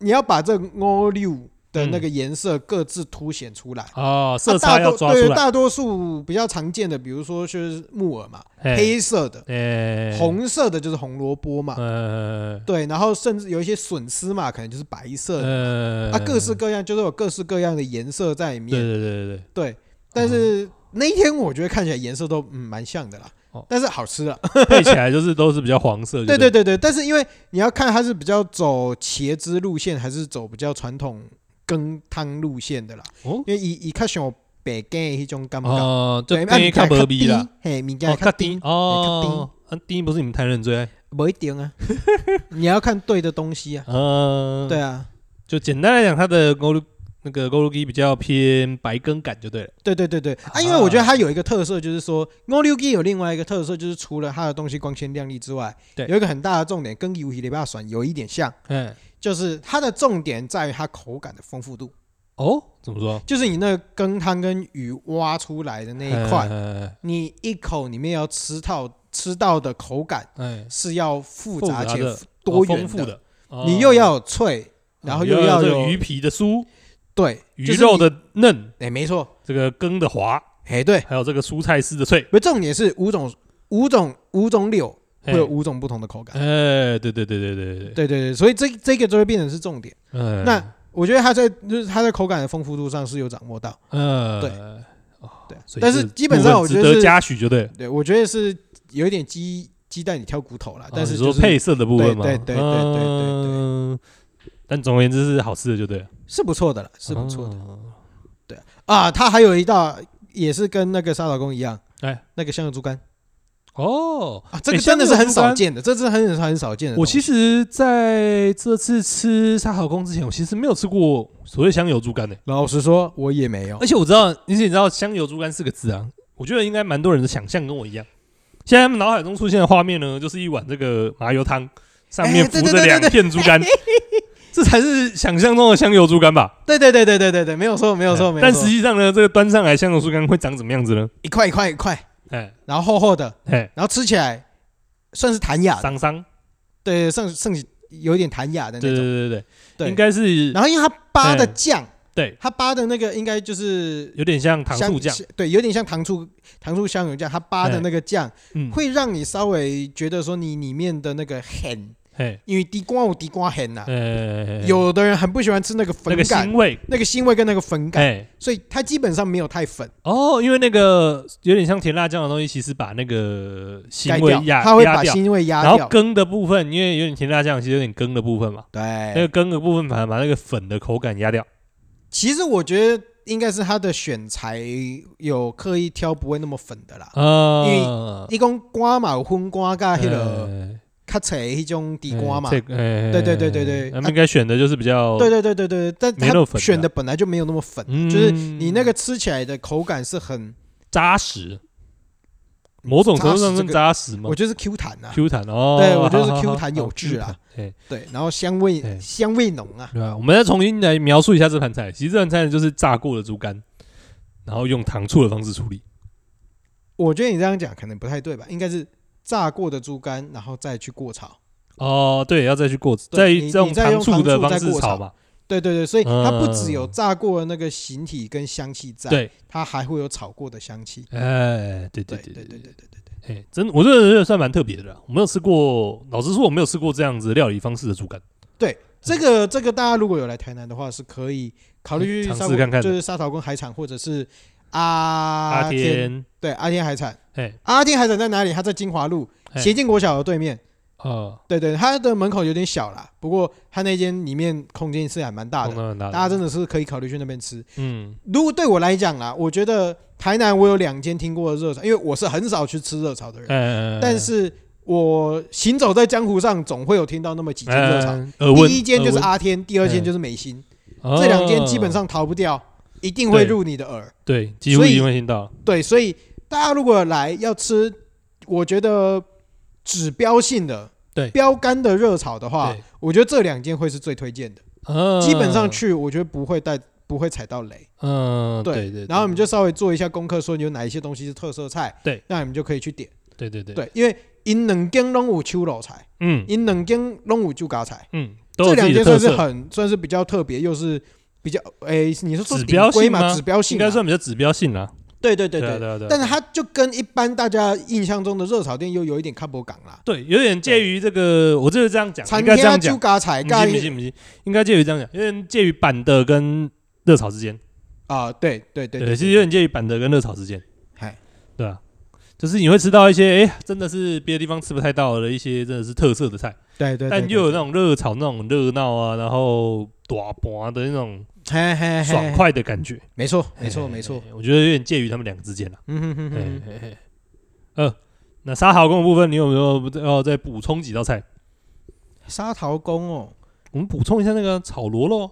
Speaker 1: 你要把这五六的那个颜色各自凸显出来。
Speaker 2: 哦，色
Speaker 1: 啊大
Speaker 2: 差要
Speaker 1: 多
Speaker 2: 抓
Speaker 1: 对
Speaker 2: 出来，
Speaker 1: 大多数比较常见的，比如说就是木耳嘛，
Speaker 2: 哎
Speaker 1: 黑色的，
Speaker 2: 哎，
Speaker 1: 红色的就是红萝卜嘛，
Speaker 2: 呃
Speaker 1: 对，然后甚至有一些笋丝嘛，可能就是白色的，
Speaker 2: 呃
Speaker 1: 啊，各式各样，就是有各式各样的颜色在里
Speaker 2: 对
Speaker 1: 面，
Speaker 2: 对对对对，
Speaker 1: <laughs>
Speaker 2: 嗯
Speaker 1: 对。但是那一天我觉得看起来颜色都嗯蛮像的啦
Speaker 2: 哦，
Speaker 1: 但是好吃了，
Speaker 2: 配起来就是都是比较黄色。
Speaker 1: 对
Speaker 2: 对
Speaker 1: 对对对。但是因为你要看它是比较走茄汁路线，还是走比较传统羹汤路线的啦，
Speaker 2: 哦
Speaker 1: 因为以以看熊。白羹的迄种感觉。
Speaker 2: 哦，就
Speaker 1: 对啊
Speaker 2: 变一
Speaker 1: 物件
Speaker 2: 较
Speaker 1: 较
Speaker 2: 无味啦
Speaker 1: 低，嘿，物件
Speaker 2: 哦，
Speaker 1: 较
Speaker 2: 较
Speaker 1: 低
Speaker 2: 低，
Speaker 1: 哦
Speaker 2: 哦，啊，低不是你们台人最爱，
Speaker 1: 不一定啊。 <laughs> 你要看对的东西啊，
Speaker 2: 嗯，
Speaker 1: 对，啊，
Speaker 2: 就简单来讲，它的勾路那个勾路鸡比较偏白根感就对了，
Speaker 1: 对对对对啊，因为我觉得它有一个特色，就是说 n o l u g i 有另外一个特色，就是除了它的东西光鲜亮丽之外，
Speaker 2: 对
Speaker 1: 有一个很大的重点跟 u h i l 酸有一点像，
Speaker 2: 嗯，
Speaker 1: 就是它的重点在于它口感的丰富度，
Speaker 2: 哦，怎么说？
Speaker 1: 就是你那个羹汤跟鱼挖出来的那一块，
Speaker 2: 哎，
Speaker 1: 你一口里面要吃到吃到的口感
Speaker 2: 哎，
Speaker 1: 是要复杂且
Speaker 2: 的
Speaker 1: 多
Speaker 2: 丰
Speaker 1: 元
Speaker 2: 富，的，哦
Speaker 1: 你又要有脆，然后又
Speaker 2: 要
Speaker 1: 要
Speaker 2: 这个
Speaker 1: 有
Speaker 2: 鱼皮的酥，
Speaker 1: 对
Speaker 2: 鱼肉，
Speaker 1: 就是
Speaker 2: 的嫩，
Speaker 1: 你哎，没错，
Speaker 2: 这个羹的滑，
Speaker 1: 哎对，
Speaker 2: 还有这个蔬菜丝的脆，
Speaker 1: 不重点是五种五种五种柳会
Speaker 2: 哎
Speaker 1: 有五种不同的口感。
Speaker 2: 哎，对对对对对对对，
Speaker 1: 对对对，所以这这个就会变成是重点。
Speaker 2: 嗯
Speaker 1: 那我觉得它在就是它在口感的丰富度上是有掌握到，
Speaker 2: 呃，
Speaker 1: 对
Speaker 2: 哦，
Speaker 1: 对啊。
Speaker 2: 所以
Speaker 1: 但是
Speaker 2: 这
Speaker 1: 基本上
Speaker 2: 部
Speaker 1: 我
Speaker 2: 分
Speaker 1: 觉
Speaker 2: 值
Speaker 1: 得
Speaker 2: 得
Speaker 1: 是，
Speaker 2: 嘉许就对了，
Speaker 1: 对我觉得是有一点鸡鸡蛋里挑骨头啦，但
Speaker 2: 哦
Speaker 1: 是
Speaker 2: 你说
Speaker 1: 就是
Speaker 2: 配色的部分嘛，
Speaker 1: 对对对对对对对
Speaker 2: 嗯但总而言之是好吃的就对了，
Speaker 1: 是不错的啦，是不错的
Speaker 2: 哦
Speaker 1: 啊。它还有一道也是跟那个沙老公一样，
Speaker 2: 哎，
Speaker 1: 那个香油猪肝
Speaker 2: 哦，
Speaker 1: 啊，这个
Speaker 2: 哎
Speaker 1: 真的是很
Speaker 2: 香油猪
Speaker 1: 少
Speaker 2: 肝
Speaker 1: 见的，这是很很少见的东
Speaker 2: 我
Speaker 1: 西。
Speaker 2: 其实在这次吃沙好公之前，我其实没有吃过所谓香油猪肝的、
Speaker 1: 老实说，我也没有
Speaker 2: 而。且我知道，而且你知道“香油猪肝”四个字啊，我觉得应该蛮多人的想象跟我一样。现在他们脑海中出现的画面呢，就是一碗这个麻油汤，上面
Speaker 1: 哎对
Speaker 2: 浮
Speaker 1: 对
Speaker 2: 着
Speaker 1: 对
Speaker 2: 两
Speaker 1: 对
Speaker 2: 片猪肝， <laughs> 这才是想象中的香油猪肝吧？
Speaker 1: 对对对对对对对，没有错，没有错，
Speaker 2: 哎
Speaker 1: 没有
Speaker 2: 但
Speaker 1: 错。
Speaker 2: 实际上呢，这个端上来香油猪肝会长怎么样子呢？
Speaker 1: 一块一块一块，
Speaker 2: 哎
Speaker 1: 然后厚厚的，
Speaker 2: 哎，
Speaker 1: 然后吃起来算是弹牙的，
Speaker 2: 桑桑，
Speaker 1: 对，剩剩有点弹牙的那
Speaker 2: 对
Speaker 1: 种。
Speaker 2: 对对对，
Speaker 1: 对
Speaker 2: 应该是
Speaker 1: 然后因为它扒的酱，
Speaker 2: 对，
Speaker 1: 它扒的那个应该就是
Speaker 2: 有点像糖醋酱，
Speaker 1: 香，对，有点像糖醋糖醋香油酱，它扒的那个酱
Speaker 2: 嗯，
Speaker 1: 会让你稍微觉得说你里面的那个很，
Speaker 2: 哎
Speaker 1: 因为地瓜有地瓜很呐、
Speaker 2: 哎，
Speaker 1: 啊有的人很不喜欢吃那个
Speaker 2: 那
Speaker 1: 粉
Speaker 2: 个
Speaker 1: 感
Speaker 2: 腥，味，
Speaker 1: 那个腥味跟那个粉感，
Speaker 2: 哎。
Speaker 1: 所以它基本上没有太粉，
Speaker 2: 哦，因为那个有点像甜辣酱的东西，其实把那个腥
Speaker 1: 盖
Speaker 2: 味
Speaker 1: 掉，
Speaker 2: 压
Speaker 1: 它会
Speaker 2: 压
Speaker 1: 把
Speaker 2: 掉，
Speaker 1: 腥味
Speaker 2: 然
Speaker 1: 压
Speaker 2: 后
Speaker 1: 掉，
Speaker 2: 羹的部分，因为有点甜辣酱，其实有点羹的部分嘛，那
Speaker 1: 对
Speaker 2: 个。羹的部分反而把那个粉的口感压掉。
Speaker 1: 其实我觉得应该是它的选材有刻意挑不会那么粉的啦。
Speaker 2: 啊，
Speaker 1: 你讲瓜嘛，有荤瓜加迄个。
Speaker 2: 哎
Speaker 1: 较脆的迄种地瓜嘛。
Speaker 2: 哎这个哎
Speaker 1: 对对对对对
Speaker 2: 他们应该选的就是比较
Speaker 1: 对对对对对，但
Speaker 2: 没那
Speaker 1: 它
Speaker 2: 么粉的啊
Speaker 1: 选的本来就没有那么粉，
Speaker 2: 嗯
Speaker 1: 就是你那个吃起来的口感是很，
Speaker 2: 扎实，某种程度上更扎实嘛
Speaker 1: 我觉得是 Q 弹啊，
Speaker 2: ，Q 弹哦，
Speaker 1: 对我觉得是
Speaker 2: 好好
Speaker 1: Q
Speaker 2: 好
Speaker 1: 弹
Speaker 2: 好
Speaker 1: 有致
Speaker 2: Q
Speaker 1: 啊
Speaker 2: 弹哎，
Speaker 1: 对，然后香味
Speaker 2: 哎
Speaker 1: 香味浓啊，
Speaker 2: 对啊，我们再重新来描述一下这盘菜。其实这盘菜就是炸过的猪肝，然后用糖醋的方式处理。
Speaker 1: 我觉得你这样讲可能不太对吧？应该是炸过的猪肝，然后再去过炒，
Speaker 2: 哦，对，要再去过，再
Speaker 1: 对你
Speaker 2: 用糖醋的方式炒嘛。
Speaker 1: 对对对，所以
Speaker 2: 嗯
Speaker 1: 它不只有炸过的那个形体跟香气在，
Speaker 2: 对，
Speaker 1: 它还会有炒过的香气，
Speaker 2: 哎，对
Speaker 1: 对对对
Speaker 2: 对
Speaker 1: 对
Speaker 2: 对，
Speaker 1: 对对对，
Speaker 2: 哎，真的，我这个人算蛮特别的啦。我没有吃过，老实说，我没有吃过这样子料理方式的猪肝。
Speaker 1: 这个这个大家如果有来台南的话，是可以考虑去
Speaker 2: 尝试
Speaker 1: 沙头
Speaker 2: 看看的
Speaker 1: 就是沙头跟海产或者是阿
Speaker 2: 阿天，
Speaker 1: 对，阿天海产。
Speaker 2: 哎，
Speaker 1: 阿天海产在哪里？它在金华路
Speaker 2: 哎
Speaker 1: 协进国小的对面。
Speaker 2: 哦，
Speaker 1: 对对，它的门口有点小啦，不过它那间里面空间是还蛮大
Speaker 2: 大
Speaker 1: 的，
Speaker 2: 的
Speaker 1: 大
Speaker 2: 大
Speaker 1: 家真
Speaker 2: 的，
Speaker 1: 的是可以考虑去那边吃。
Speaker 2: 嗯，
Speaker 1: 如果对我来讲啦，我觉得台南我有两间听过的热炒，因为我是很少去吃热炒的人，
Speaker 2: 哎，
Speaker 1: 但是我行走在江湖上，总会有听到那么几间热炒。
Speaker 2: 哎耳温，
Speaker 1: 第一间就是
Speaker 2: 耳
Speaker 1: 阿天，第二间
Speaker 2: 哎
Speaker 1: 就是美心，
Speaker 2: 温，
Speaker 1: 这两间
Speaker 2: 哦
Speaker 1: 基本上逃不掉，一定会
Speaker 2: 对
Speaker 1: 入你的耳。
Speaker 2: 对，几乎
Speaker 1: 所以
Speaker 2: 一定会听到。
Speaker 1: 对，所以大家如果来要吃，我觉得指标性的、
Speaker 2: 对
Speaker 1: 标杆的热炒的话
Speaker 2: 对，
Speaker 1: 我觉得这两间会是最推荐的。
Speaker 2: 嗯
Speaker 1: 基本上，去，我觉得不会带不会踩到雷。
Speaker 2: 嗯，对对。
Speaker 1: 然后你们就稍微做一下功课，说有哪一些东西是特色菜，
Speaker 2: 对，
Speaker 1: 那你们就可以去点。
Speaker 2: 对对对，
Speaker 1: 对，因为因两间拢有秋老菜，
Speaker 2: 嗯
Speaker 1: 因两间拢有酒家菜，
Speaker 2: 嗯，都
Speaker 1: 这
Speaker 2: 有自
Speaker 1: 两
Speaker 2: 己的
Speaker 1: 间
Speaker 2: 特
Speaker 1: 算是
Speaker 2: 色，
Speaker 1: 很算是比较特别，又是。比较诶、你是说
Speaker 2: 指
Speaker 1: 顶
Speaker 2: 标
Speaker 1: 规
Speaker 2: 性
Speaker 1: 嘛？
Speaker 2: 吗
Speaker 1: 指标性
Speaker 2: 应该
Speaker 1: 啊
Speaker 2: 算比较指标性啦。
Speaker 1: 对对对
Speaker 2: 对啊
Speaker 1: 对
Speaker 2: 对啊对啊，
Speaker 1: 但是它就跟一般大家印象中的热炒店又有一点看不港啦。
Speaker 2: 对，有点介于这个，我就是这样讲，
Speaker 1: 餐
Speaker 2: 应该这
Speaker 1: 厅
Speaker 2: 样
Speaker 1: 就
Speaker 2: 讲，
Speaker 1: 嘎菜
Speaker 2: 不
Speaker 1: 咖
Speaker 2: 行不行不行，应该介于这样讲，有点介于板的跟热炒之间。
Speaker 1: 啊，对对对
Speaker 2: 对，其实有点介于板的跟热炒之间。
Speaker 1: 嗨，
Speaker 2: 对啊，就是你会吃到一些，哎，真的是别的地方吃不太到的一些真的是特色的菜，
Speaker 1: 对对，对
Speaker 2: 但又有
Speaker 1: 对
Speaker 2: 那种热炒那种热闹啊，然后短盘的那种
Speaker 1: 嘿嘿嘿，
Speaker 2: 爽，快的感觉。
Speaker 1: 没错，没错，没错
Speaker 2: 嘿，，我觉得有点介于他们两个之间啊了。
Speaker 1: 嗯哼哼
Speaker 2: 嘿
Speaker 1: 哼，
Speaker 2: 嘿嘿呃，那沙豪公的部分，你有没有要再补充几道菜？
Speaker 1: 沙桃公哦，
Speaker 2: 我们补充一下那个炒螺肉，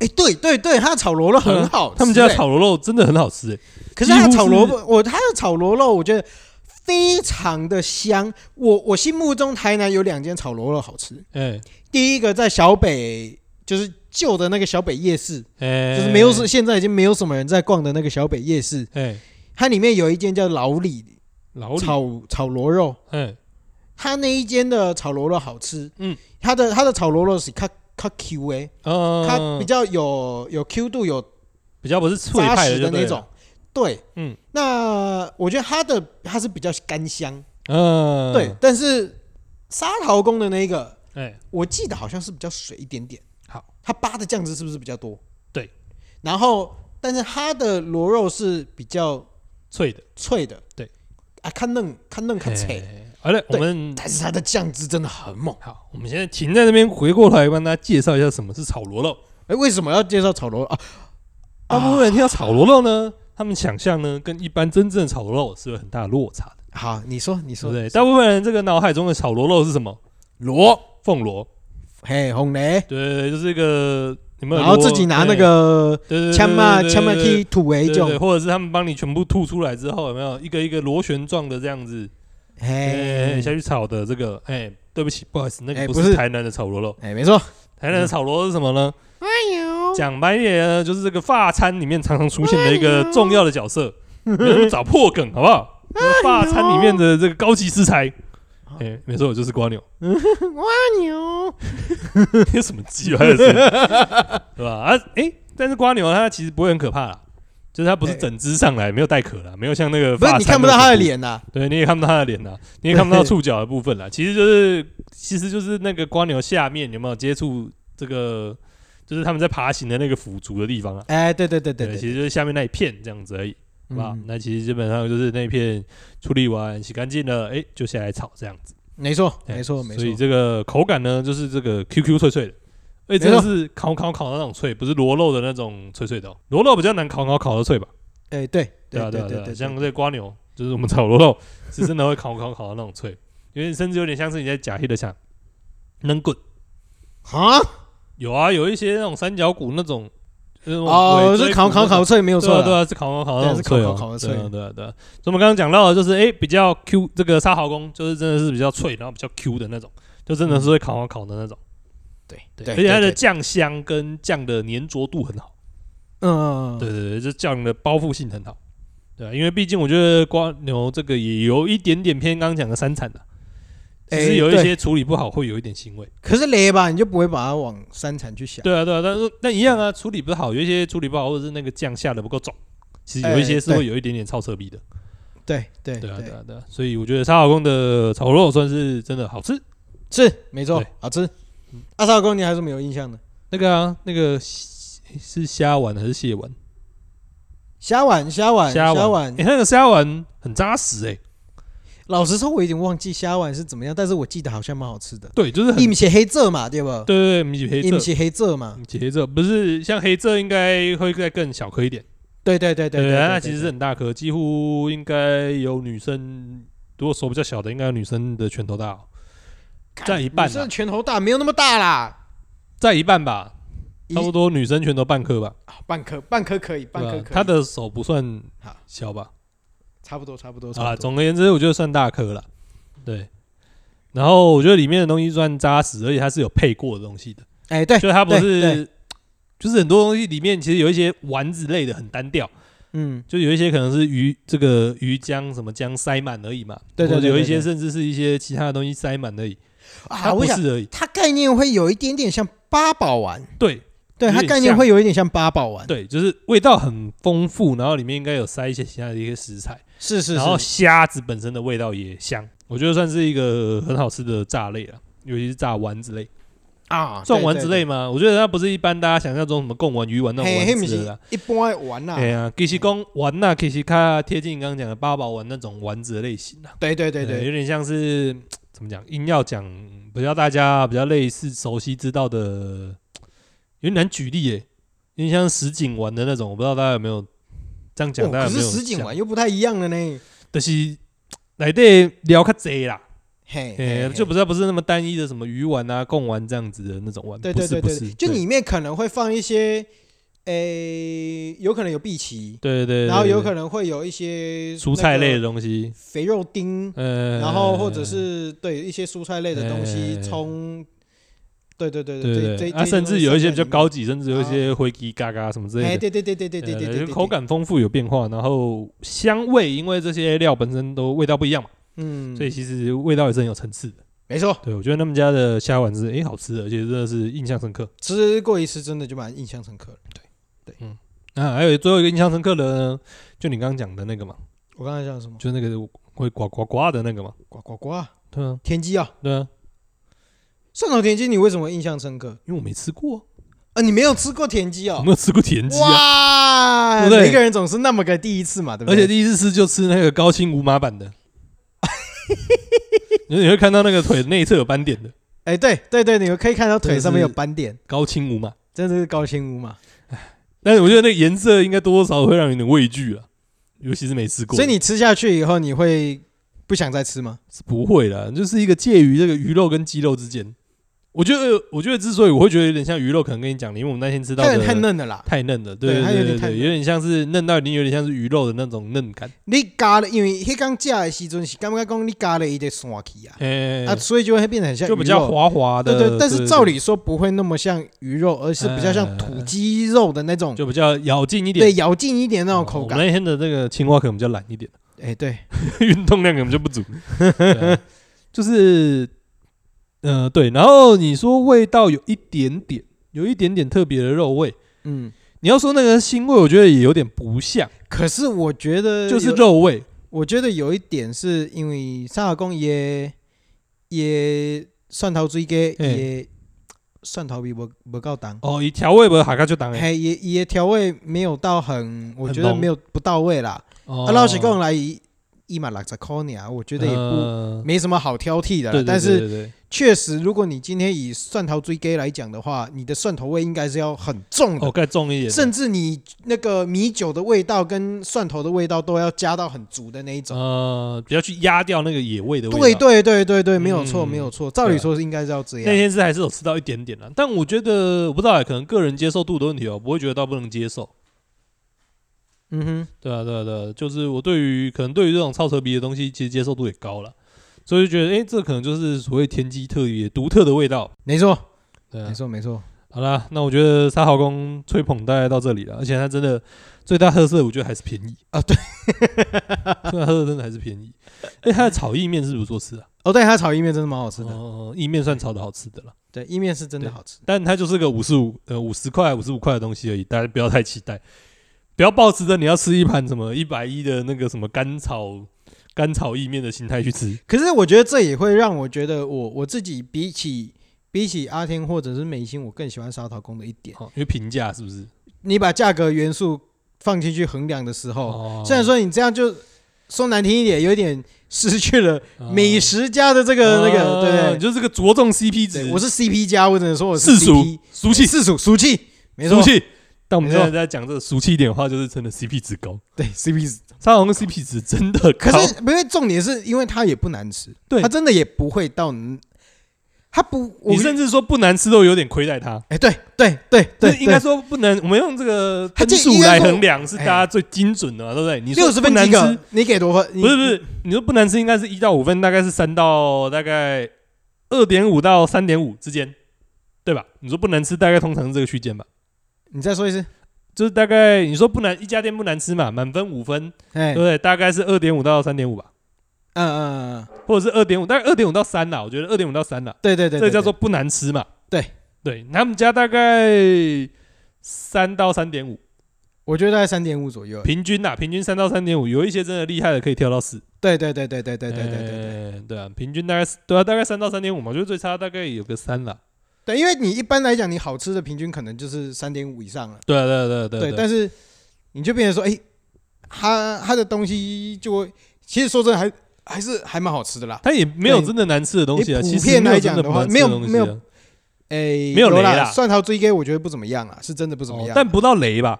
Speaker 1: 哎，对对对，他的炒螺肉很好吃，
Speaker 2: 嗯他们家的
Speaker 1: 哎
Speaker 2: 炒螺肉真的很好吃、欸，
Speaker 1: 可是它的炒萝
Speaker 2: 几
Speaker 1: 卜，我它的炒螺肉，我觉得非常的香。我我心目中台南有两间炒螺肉好吃，
Speaker 2: 哎、
Speaker 1: 第一个在小北，就是旧的那个小北夜市，
Speaker 2: 哎、
Speaker 1: 就是没有什现在已经没有什么人在逛的那个小北夜市，
Speaker 2: 哎、
Speaker 1: 它里面有一间叫老李
Speaker 2: 老李，
Speaker 1: 炒炒螺肉，
Speaker 2: 哎、
Speaker 1: 它那一间的炒螺肉好吃，
Speaker 2: 嗯，
Speaker 1: 它的它的炒螺肉是它它 Q 哎，
Speaker 2: 呃，
Speaker 1: 它比较有有 Q 度，有
Speaker 2: 比较不是脆
Speaker 1: 扎
Speaker 2: 派
Speaker 1: 实的
Speaker 2: 就对
Speaker 1: 那
Speaker 2: 了
Speaker 1: 种，，对，
Speaker 2: 嗯，
Speaker 1: 那我觉得它的它是比较干香。
Speaker 2: 嗯，
Speaker 1: 对，，但是沙桃宫的那一个，
Speaker 2: 哎、
Speaker 1: 我记得好像是比较水一点点。
Speaker 2: 好，
Speaker 1: 它扒的酱汁是不是比较多？
Speaker 2: 对。
Speaker 1: 然后，但是它的螺肉是比较
Speaker 2: 脆的，
Speaker 1: 脆的。
Speaker 2: 对。
Speaker 1: 啊，看嫩，看嫩，看脆，
Speaker 2: 哎。好嘞，我
Speaker 1: 对
Speaker 2: 们
Speaker 1: 但是它的酱汁真的很猛。
Speaker 2: 好，我们现在停在那边，回过来帮大家介绍一下什么是炒螺肉。
Speaker 1: 哎，为什么要介绍炒螺啊？啊
Speaker 2: 大部分人听到炒螺肉呢，他们想象呢跟一般真正的炒螺肉是有很大的落差的，
Speaker 1: 好，你说，你
Speaker 2: 对
Speaker 1: 说
Speaker 2: 不，对？大部分人这个脑海中的炒螺肉是什么？
Speaker 1: 螺，
Speaker 2: 凤螺，
Speaker 1: 嘿，红雷，
Speaker 2: 对对对，就是一个你们
Speaker 1: 然后自己拿那个枪嘛，枪嘛去土为一
Speaker 2: 对对，
Speaker 1: 种，
Speaker 2: 或者是他们帮你全部吐出来之后，有没有一个一个螺旋状的这样子，哎，
Speaker 1: 嘿，
Speaker 2: 下去炒的这个，哎，对不起，不好意思，那
Speaker 1: 哎
Speaker 2: 个不
Speaker 1: 不
Speaker 2: 是
Speaker 1: 是
Speaker 2: 台南的炒螺肉，
Speaker 1: 哎，没错，
Speaker 2: 台南的炒螺肉是什么呢？讲白一点呢，就是这个法餐里面常常出现的一
Speaker 1: 哎
Speaker 2: 个重要的
Speaker 1: <laughs>
Speaker 2: 角色，不要那么早破梗好不好？法餐里面的这个高级食材，哎，没错，就是瓜牛。
Speaker 1: 牛，
Speaker 2: <laughs> 有什么鸡还
Speaker 1: <laughs>
Speaker 2: 是对吧？啊，哎、但是瓜牛它其实不会很可怕啦，就是它不是整只上来，没有带壳啦，没有像那个
Speaker 1: 不是
Speaker 2: 发
Speaker 1: 你
Speaker 2: 餐
Speaker 1: 看不
Speaker 2: 那
Speaker 1: 到
Speaker 2: 么
Speaker 1: 它的
Speaker 2: 恐怖，
Speaker 1: 脸啊呐，
Speaker 2: 对，你也看不到它的脸啦，你也看不到触角的部分啦，其实就是其实就是那个瓜牛下面有没有接触这个，就是他们在爬行的那个腐竹的地方啊，
Speaker 1: 哎，对对对对对，
Speaker 2: 其实就是下面那一片这样子而已。好吧，
Speaker 1: 嗯
Speaker 2: 那其实基本上就是那一片处理完、洗干净了，哎、就下来炒这样子。
Speaker 1: 没错，
Speaker 2: 哎
Speaker 1: 没错，没
Speaker 2: 所以
Speaker 1: 错。
Speaker 2: 这个口感呢，就是这个 QQ 脆脆的，哎，真的是烤烤烤的那种脆，不是螺肉的那种脆脆的、哦。螺肉比较难烤烤烤的脆吧？
Speaker 1: 哎，对，
Speaker 2: 对啊，
Speaker 1: 对
Speaker 2: 啊，
Speaker 1: 对
Speaker 2: 对啊。
Speaker 1: 对，
Speaker 2: 像
Speaker 1: 对
Speaker 2: 这瓜牛，就是我们炒螺肉，是真的会烤烤烤的那种脆，因为甚至有点像是你在假黑的想能滚。
Speaker 1: 啊，
Speaker 2: 有啊，有一些那种三角骨那种，就是那种
Speaker 1: 哦，
Speaker 2: 尾椎
Speaker 1: 是烤
Speaker 2: 骨
Speaker 1: 烤
Speaker 2: 那种
Speaker 1: 烤脆没有
Speaker 2: 对
Speaker 1: 错
Speaker 2: 啊，对
Speaker 1: 啦，
Speaker 2: 啊，是烤烤烤的那
Speaker 1: 对啊
Speaker 2: 种
Speaker 1: 是烤
Speaker 2: 脆哦，
Speaker 1: 烤烤的
Speaker 2: 对啊
Speaker 1: 脆
Speaker 2: 对啊，对啊。所以我们刚刚讲到的就是，哎，比较 Q 这个沙豪公，就是真的是比较脆，然后比较 Q 的那种，就真的
Speaker 1: 嗯
Speaker 2: 是会烤烤烤的那种。
Speaker 1: 对
Speaker 2: 而且它的
Speaker 1: 对
Speaker 2: 酱香跟酱的粘着度很好，
Speaker 1: 嗯，
Speaker 2: 对对对，这酱的包覆性很好，对啊，因为毕竟我觉得瓜牛这个也有一点点偏刚刚讲的三产的、啊只
Speaker 1: 哎
Speaker 2: 是有一
Speaker 1: 对
Speaker 2: 些处理不好会有一点腥味。
Speaker 1: 可是雷吧，你就不会把它往山产去想，
Speaker 2: 对啊，对啊，但是但一样啊，处理不好，有一些处理不好，或者是那个酱下的不够重，其实有一些是
Speaker 1: 哎对
Speaker 2: 会有一点点超车逼的。
Speaker 1: 对对
Speaker 2: 对啊，对啊，对啊，所以我觉得沙老公的炒肉算是真的好吃。
Speaker 1: 是没错
Speaker 2: 对，嗯
Speaker 1: 好吃。阿少公，你还有什么有印象的？
Speaker 2: 那个啊，那个是虾丸还是蟹丸？
Speaker 1: 虾丸，虾丸，
Speaker 2: 虾
Speaker 1: 虾
Speaker 2: <laughs> 丸，哎，那个虾丸很扎实哎，
Speaker 1: 老实说，我有点忘记虾丸是怎么样，但是我记得好像蛮好吃的。
Speaker 2: 对，就是很
Speaker 1: 一
Speaker 2: 对
Speaker 1: 米写黑蔗嘛，对吧？
Speaker 2: 对对，米黑
Speaker 1: 一米
Speaker 2: 色。嗯
Speaker 1: 写黑蔗嘛，
Speaker 2: 米黑色不是像黑色应该会再更小颗一点，
Speaker 1: 对对对对
Speaker 2: 对
Speaker 1: 对，对
Speaker 2: 它其实是很大颗，几乎应该有女生，如果手比较小的，应该有女生的拳头大哦，占一半啊
Speaker 1: 女生
Speaker 2: 啦
Speaker 1: 的，拳头大，没有那么大啦，
Speaker 2: 在一半吧，
Speaker 1: 一
Speaker 2: 差不多女生拳头半颗吧，
Speaker 1: 啊半颗，半颗可以，半
Speaker 2: 对啊
Speaker 1: 颗
Speaker 2: 吧？
Speaker 1: 可以，
Speaker 2: 她的手不算
Speaker 1: 好
Speaker 2: 小吧，
Speaker 1: 差不多，差不多，
Speaker 2: 啊，
Speaker 1: 差不多。嗯
Speaker 2: 总而言之，我觉得算大颗了，对。然后我觉得里面的东西算扎实，而且它是有配过的东西的，
Speaker 1: 哎，对，
Speaker 2: 就它不
Speaker 1: 对对
Speaker 2: 是，就是很多东西里面其实有一些丸子类的很单调，
Speaker 1: 嗯，
Speaker 2: 就有一些可能是鱼这个鱼浆什么浆塞满而已嘛，
Speaker 1: 对对
Speaker 2: 或者
Speaker 1: 对
Speaker 2: 有一
Speaker 1: 对
Speaker 2: 些
Speaker 1: 对
Speaker 2: 甚至是一些其他的东西塞满而已，
Speaker 1: 啊，
Speaker 2: 它
Speaker 1: 我
Speaker 2: 不
Speaker 1: 想
Speaker 2: 是而已，
Speaker 1: 它概念会有一点点像八宝丸，
Speaker 2: 对
Speaker 1: 对，
Speaker 2: 有
Speaker 1: 它
Speaker 2: 点
Speaker 1: 概念
Speaker 2: 像
Speaker 1: 会有一点像八宝丸，
Speaker 2: 对，就是味道很丰富，然后里面应该有塞一些其他的一些食材，
Speaker 1: 是是
Speaker 2: 然后
Speaker 1: 是，
Speaker 2: 虾子本身的味道也香，我觉得算是一个很好吃的炸类了，啊尤其是炸丸子类。
Speaker 1: 啊，
Speaker 2: 算丸子类
Speaker 1: 嘛，
Speaker 2: 嘛，我觉得它不是一般大家想象中什么贡丸、鱼丸那种啊
Speaker 1: 嘿，黑
Speaker 2: 丸
Speaker 1: 米
Speaker 2: 子的
Speaker 1: 是
Speaker 2: 啦。
Speaker 1: 一般的丸啊啦，
Speaker 2: 哎呀，其实讲丸呐，其实它贴近刚刚讲的八宝丸那种丸子的类型啦。
Speaker 1: 对对对哦
Speaker 2: 呃有
Speaker 1: 对，
Speaker 2: 点像是怎么讲，硬要讲比较大家比较类似熟悉知道的，有点难举例耶。因为像实景玩的那种，我不知道大家有没有这样讲，大家
Speaker 1: 哦可
Speaker 2: 有没
Speaker 1: 是
Speaker 2: 有？
Speaker 1: 实景，玩又不太一样了呢。
Speaker 2: 就是来对聊较贼啦，
Speaker 1: 嘿，
Speaker 2: 诶、
Speaker 1: 嘿嘿
Speaker 2: 就不是不是那么单一的什么鱼丸啊、贡丸这样子的那种玩，
Speaker 1: 对对对
Speaker 2: 不
Speaker 1: 对
Speaker 2: 是不
Speaker 1: 对，
Speaker 2: 是，
Speaker 1: 就
Speaker 2: 对
Speaker 1: 里面可能会放一些，诶，有可能有碧琪，
Speaker 2: 对对对，
Speaker 1: 然后有可
Speaker 2: 能
Speaker 1: 能会有一些
Speaker 2: 蔬菜类的、东西，
Speaker 1: 肥肉丁，
Speaker 2: 呃，
Speaker 1: 然后或者是对一些蔬菜类的东西，
Speaker 2: 哎
Speaker 1: 葱，对对对
Speaker 2: 对
Speaker 1: 对
Speaker 2: 对
Speaker 1: 这
Speaker 2: 对，
Speaker 1: 这
Speaker 2: 啊，甚至有一些比较，高
Speaker 1: 这
Speaker 2: 级，甚至有一些灰鸡嘎嘎什么之
Speaker 1: 东啊西在里面哎，对
Speaker 2: 类的。
Speaker 1: 对对对对对对
Speaker 2: 呃
Speaker 1: 对对，对
Speaker 2: 口，感丰富有变化，然后香味，因为这些料本身都味道不一样嘛，
Speaker 1: 嗯，
Speaker 2: 所以其实味道也是很有层次的。
Speaker 1: 没错，
Speaker 2: 对，我觉得他们家的虾丸是诶、好吃的，而且真的是印象深刻。
Speaker 1: 吃过一次真的就蛮印象深刻的。对
Speaker 2: 啊，还有最后一个印象深刻的呢，就你刚刚讲的那个嘛，
Speaker 1: 我刚才讲什么？
Speaker 2: 就那个会呱呱呱的那个嘛，
Speaker 1: 呱呱呱，
Speaker 2: 对啊，
Speaker 1: 田鸡啊，
Speaker 2: 对啊，
Speaker 1: 蒜头田鸡，你为什么印象深刻？
Speaker 2: 因为我没吃过
Speaker 1: 啊，你没有吃过田鸡
Speaker 2: 啊，我
Speaker 1: 哦
Speaker 2: 没？有吃过田鸡啊，
Speaker 1: 哇，
Speaker 2: 对不对
Speaker 1: 每个人总是那么个第一次嘛，对不
Speaker 2: <laughs> 而
Speaker 1: 对？
Speaker 2: 且第一次吃就吃那个高清无码版的， <laughs> 你会看到那个腿内侧有斑点的
Speaker 1: 哎，对对对，你可以看到腿上面有
Speaker 2: 真的是
Speaker 1: 斑点，
Speaker 2: 高清无码，
Speaker 1: 真的是高清屋嘛。
Speaker 2: 但是我觉得那个颜色应该多多少少会让人有点畏惧啊，尤其是没吃过
Speaker 1: 所
Speaker 2: 的，
Speaker 1: 以你吃下去以后，你会不想再吃吗？
Speaker 2: 是不会啦，就是一个介于这个鱼肉跟鸡肉之间。我觉得，我觉得之所以我会觉得有点像鱼肉，可能跟你讲的，因为我们那天吃到
Speaker 1: 太
Speaker 2: 的
Speaker 1: 太嫩了啦！
Speaker 2: 太嫩了，
Speaker 1: 对
Speaker 2: 对
Speaker 1: 它有
Speaker 2: 对
Speaker 1: 点
Speaker 2: 对
Speaker 1: 太
Speaker 2: 对，
Speaker 1: 嫩
Speaker 2: 有点像是嫩到已经有点像是鱼肉的那种嫩感，
Speaker 1: 你加了，因为迄刚食的时阵是感觉讲你加了一点蒜去啊，
Speaker 2: 哎、
Speaker 1: 啊，所以就会变得很像
Speaker 2: 就比
Speaker 1: 鱼
Speaker 2: 较
Speaker 1: 肉。
Speaker 2: 滑滑的，
Speaker 1: 对对，但是照理说不会那么像鱼肉，而是比较像土鸡肉的那种，
Speaker 2: 哎就比较咬劲一点，哦
Speaker 1: 对，咬劲一点那种口
Speaker 2: 我
Speaker 1: 感。
Speaker 2: 们那天的那个青蛙可能比较懒一点，
Speaker 1: 哎，对，
Speaker 2: <laughs> 运动量可能就不足。对啊就是，呃，对。然后你说味道有一点点，有一点点特别的肉味。
Speaker 1: 嗯，
Speaker 2: 你要说那个腥味，我觉得也有点不像，
Speaker 1: 可是我觉得
Speaker 2: 就是
Speaker 1: 呃有
Speaker 2: 肉味。
Speaker 1: 我觉得有一点是因为三老公也也蒜头水给
Speaker 2: 嘿
Speaker 1: 也蒜头皮不不够重。
Speaker 2: 哦，以调味不哈卡就当然。
Speaker 1: 嘿，也也调味没有到很，我
Speaker 2: 很
Speaker 1: 觉得
Speaker 2: 浓
Speaker 1: 没有不到位啦。
Speaker 2: 哦
Speaker 1: 啊，老实讲来一嘛六十块呢，我觉得也不
Speaker 2: 呃
Speaker 1: 没什么好挑剔的
Speaker 2: 对
Speaker 1: 啦
Speaker 2: 对。
Speaker 1: 但
Speaker 2: 对
Speaker 1: 是
Speaker 2: 对对
Speaker 1: 确实，如果你今天以蒜头追鸡来讲的话，你的蒜头味应该是要很重
Speaker 2: 哦，
Speaker 1: 的，
Speaker 2: 该重一点的，
Speaker 1: 甚至你那个米酒的味道跟蒜头的味道都要加到很足的那一种。
Speaker 2: 呃，比较去压掉那个野味的味道。
Speaker 1: 对对对对对，没有错
Speaker 2: 嗯
Speaker 1: 没有错，照理
Speaker 2: 对啊
Speaker 1: 说是应该是要这
Speaker 2: 那
Speaker 1: 样。
Speaker 2: 天是还是有吃到一点点啦，但我觉得我不知道欸，可能个人接受度的问题哦，不会觉得到不能接受。
Speaker 1: 嗯哼，
Speaker 2: 对啊，对啊，对啊，就是我对于可能对于这种超扯鼻的东西，其实接受度也高了，所以就觉得，哎，这可能就是所谓天机特别独特的味道。
Speaker 1: 没错
Speaker 2: 对啊
Speaker 1: 没，错没错，
Speaker 2: 好啦，那我觉得沙豪公吹捧大概到这里了，而且它真的最大特色，我觉得还是便宜
Speaker 1: 啊对，
Speaker 2: <laughs> 最大特色真的还是便宜。哎，它的炒意面是不错吃啊，
Speaker 1: 哦， <laughs> 对，它炒意面真的蛮好吃的，
Speaker 2: 哦，意面算炒的好吃的了，
Speaker 1: 对，意面是真的
Speaker 2: 对
Speaker 1: 好吃。
Speaker 2: 但它就是个五十五呃五十块五十五块的东西而已，大家不要太期待，不要抱持着你要吃一盘什么一百一的那个什么干炒干炒意面的心态去吃。
Speaker 1: 可是我觉得这也会让我觉得我我自己比起比起阿天或者是美心，我更喜欢沙桃工的一点。
Speaker 2: 哦，因为平价是不是？
Speaker 1: 你把价格元素放进去衡量的时候，
Speaker 2: 哦
Speaker 1: 虽然说你这样就说难听一点，有点失去了
Speaker 2: 哦
Speaker 1: 美食家的这
Speaker 2: 这
Speaker 1: 个那个，
Speaker 2: 你
Speaker 1: 对不
Speaker 2: 哦就是个着重
Speaker 1: 对？
Speaker 2: CP 值，
Speaker 1: 对，我是 CP 家，我只能说我是
Speaker 2: 世俗
Speaker 1: CP
Speaker 2: 俗气，
Speaker 1: 世俗俗气，没错
Speaker 2: 俗，气。但我们
Speaker 1: 没
Speaker 2: 现
Speaker 1: 错
Speaker 2: 在在讲这个俗气一点的话，就是真的 CP 值高，
Speaker 1: 对 CP 值。
Speaker 2: 沙皇 CP 值真的
Speaker 1: 可
Speaker 2: 高。
Speaker 1: 是因为重点是因为它也不难吃，
Speaker 2: 对
Speaker 1: 它真的也不会到，它不，我
Speaker 2: 你甚至说不难吃都有点亏待它。
Speaker 1: 哎，对对对对，
Speaker 2: 对，应该
Speaker 1: 对
Speaker 2: 说不能，我们用这个
Speaker 1: 它
Speaker 2: 分
Speaker 1: 就
Speaker 2: 数
Speaker 1: 应该
Speaker 2: 来
Speaker 1: 说
Speaker 2: 衡量是
Speaker 1: 哎
Speaker 2: 大家最精准的嘛，对不对？你说
Speaker 1: 六十分
Speaker 2: 不难
Speaker 1: 及格
Speaker 2: 吃，，
Speaker 1: 你给多分？你
Speaker 2: 不是不，是，你说不难吃应该是一到五分，大概是三到大概二点五到三点五之间，对吧？你说不难吃，大概通常是这个区间吧。
Speaker 1: 你再说一次。
Speaker 2: 就是大概你说不难，一家店不难吃嘛，满分五分，
Speaker 1: 哎，
Speaker 2: 对不
Speaker 1: 嗯
Speaker 2: 对？大概是二点五到三点五吧，
Speaker 1: 嗯嗯，嗯
Speaker 2: 或者是二点五，大概二点五到三啦，我觉得二点五到三啦，
Speaker 1: 对对对，
Speaker 2: 这
Speaker 1: 对
Speaker 2: 个叫做不难吃嘛。
Speaker 1: 对
Speaker 2: 对，他们家大概三到三点五，
Speaker 1: 我觉得大概三点五左右。
Speaker 2: 平均啦，平均三到三点五，有一些真的厉害的可以跳到四。
Speaker 1: 对对对对对对对对对对
Speaker 2: 对，对啊，平均大概是对啊，大概三到三点五嘛，我觉得最差大概有个三啦。
Speaker 1: 对，因为你一般来讲，你好吃的平均可能就是三点五以上了。
Speaker 2: 对啊对啊对啊对
Speaker 1: 对，
Speaker 2: 啊对啊，
Speaker 1: 但是你就变成说，哎，它它的东西就会，其实说真的还还是还蛮好吃的啦。
Speaker 2: 它也没有真的难吃的东西啊。
Speaker 1: 你
Speaker 2: 其
Speaker 1: 普
Speaker 2: 实
Speaker 1: 遍
Speaker 2: 没有
Speaker 1: 来
Speaker 2: 真
Speaker 1: 讲
Speaker 2: 的
Speaker 1: 的
Speaker 2: 不
Speaker 1: 话
Speaker 2: 难吃
Speaker 1: 没有
Speaker 2: 东西啊
Speaker 1: 没有诶，
Speaker 2: 没有雷
Speaker 1: 啦，
Speaker 2: 啦
Speaker 1: 蒜头追给我觉得不怎么样啊，是真的不怎么
Speaker 2: 哦
Speaker 1: 样。
Speaker 2: 但不到雷吧，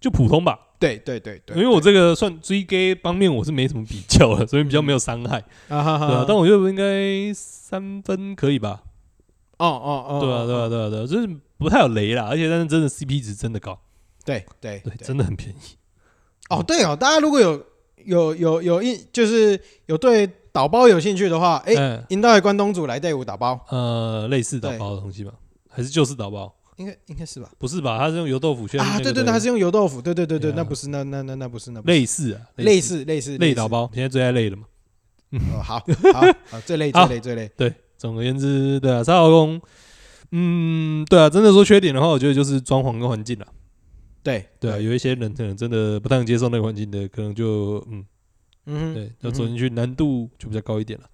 Speaker 2: 就普通吧。
Speaker 1: 对对对对，
Speaker 2: 因为我这个算追 gay 方面我是没什么比较了， <laughs> 所以比较没有伤害，
Speaker 1: 啊哈
Speaker 2: 对啊
Speaker 1: 哈，，
Speaker 2: 但我觉得应该三分可以吧？
Speaker 1: 哦哦哦，
Speaker 2: 对啊，对啊，对啊，对啊，就是不太有雷啦，而且但是真的 CP 值真的高，
Speaker 1: 对对
Speaker 2: 对，
Speaker 1: 对，
Speaker 2: 真的很便宜。
Speaker 1: 哦对哦，大家如果有有有有一就是有对导包有兴趣的话，诶，
Speaker 2: 嗯
Speaker 1: 引导关东煮来队伍打包，
Speaker 2: 呃，类似导包的东西吧，还是就是导包？
Speaker 1: 应该应该是吧？
Speaker 2: 不是吧？它是用油豆腐去
Speaker 1: 啊，对对对，它是用油豆腐，对对对对，
Speaker 2: 对啊
Speaker 1: 那不是那那那那不是那不是
Speaker 2: 类似啊，
Speaker 1: 类似类似
Speaker 2: 类
Speaker 1: 似
Speaker 2: 导包，现在最爱类了嘛。
Speaker 1: 哦，好好 <laughs> 好，最累最
Speaker 2: 好
Speaker 1: 累最累，
Speaker 2: 总而言之，对啊，沙老公，嗯，对啊，真的说缺点的话，我觉得就是装潢跟环境啦。
Speaker 1: 对
Speaker 2: 对啊，，有一些人可能真的不太能接受那个环境的，可能就嗯，
Speaker 1: 嗯哼
Speaker 2: 对，要走进去难度就比较高一点了。